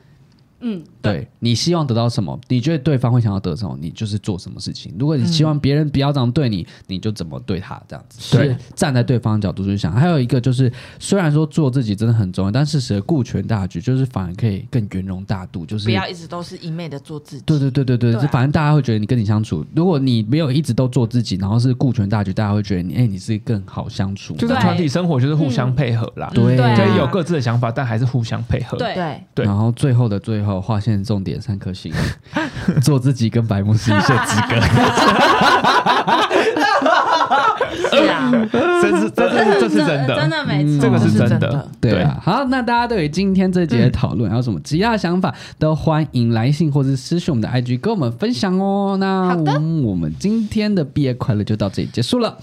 [SPEAKER 2] 嗯，
[SPEAKER 1] 对你希望得到什么，你觉得对方会想要得什么，你就是做什么事情。如果你希望别人不要这样对你，你就怎么对他这样子，
[SPEAKER 3] 对
[SPEAKER 1] 是站在对方的角度去想。还有一个就是，虽然说做自己真的很重要，但适时的顾全大局，就是反而可以更圆融大度，就是
[SPEAKER 4] 不要一直都是一昧的做自己。
[SPEAKER 1] 对对对对对，
[SPEAKER 4] 对啊
[SPEAKER 1] 反正大家会觉得你跟你相处，如果你没有一直都做自己，然后是顾全大局，大家会觉得你哎、你是更好相处，
[SPEAKER 3] 就是
[SPEAKER 4] 对
[SPEAKER 3] 团体生活就是互相配合啦，
[SPEAKER 1] 对
[SPEAKER 4] 嗯对啊
[SPEAKER 3] 可以有各自的想法，但还是互相配合。
[SPEAKER 2] 对
[SPEAKER 4] 对，
[SPEAKER 3] 对
[SPEAKER 1] 然后最后的最后，划线重点三颗星， 做自己跟白木是一线之隔。
[SPEAKER 4] 是啊，
[SPEAKER 3] 这是这
[SPEAKER 2] 嗯
[SPEAKER 3] 是这是真的，嗯
[SPEAKER 4] 真的没错，
[SPEAKER 3] 这个是
[SPEAKER 4] 是
[SPEAKER 3] 真
[SPEAKER 4] 的
[SPEAKER 3] 的。，
[SPEAKER 1] 对啊，好，那大家对于今天这节的讨论还有什么其他的想法，都欢迎来信或是私讯我们的 IG 跟我们分享哦。那
[SPEAKER 2] 好的
[SPEAKER 1] 嗯我们今天的毕业快乐就到这里结束了。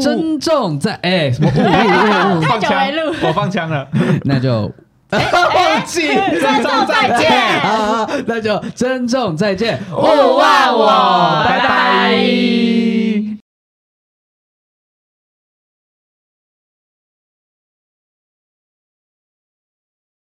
[SPEAKER 1] 珍重在哎、什么？
[SPEAKER 2] 太
[SPEAKER 3] 放
[SPEAKER 2] 久
[SPEAKER 3] 枪
[SPEAKER 2] 没录，
[SPEAKER 3] 我放枪了，
[SPEAKER 1] 那 就
[SPEAKER 2] 哎
[SPEAKER 1] 忘记
[SPEAKER 2] 观众再见。哎
[SPEAKER 1] 啊，那就珍重再见，
[SPEAKER 2] 勿忘我拜拜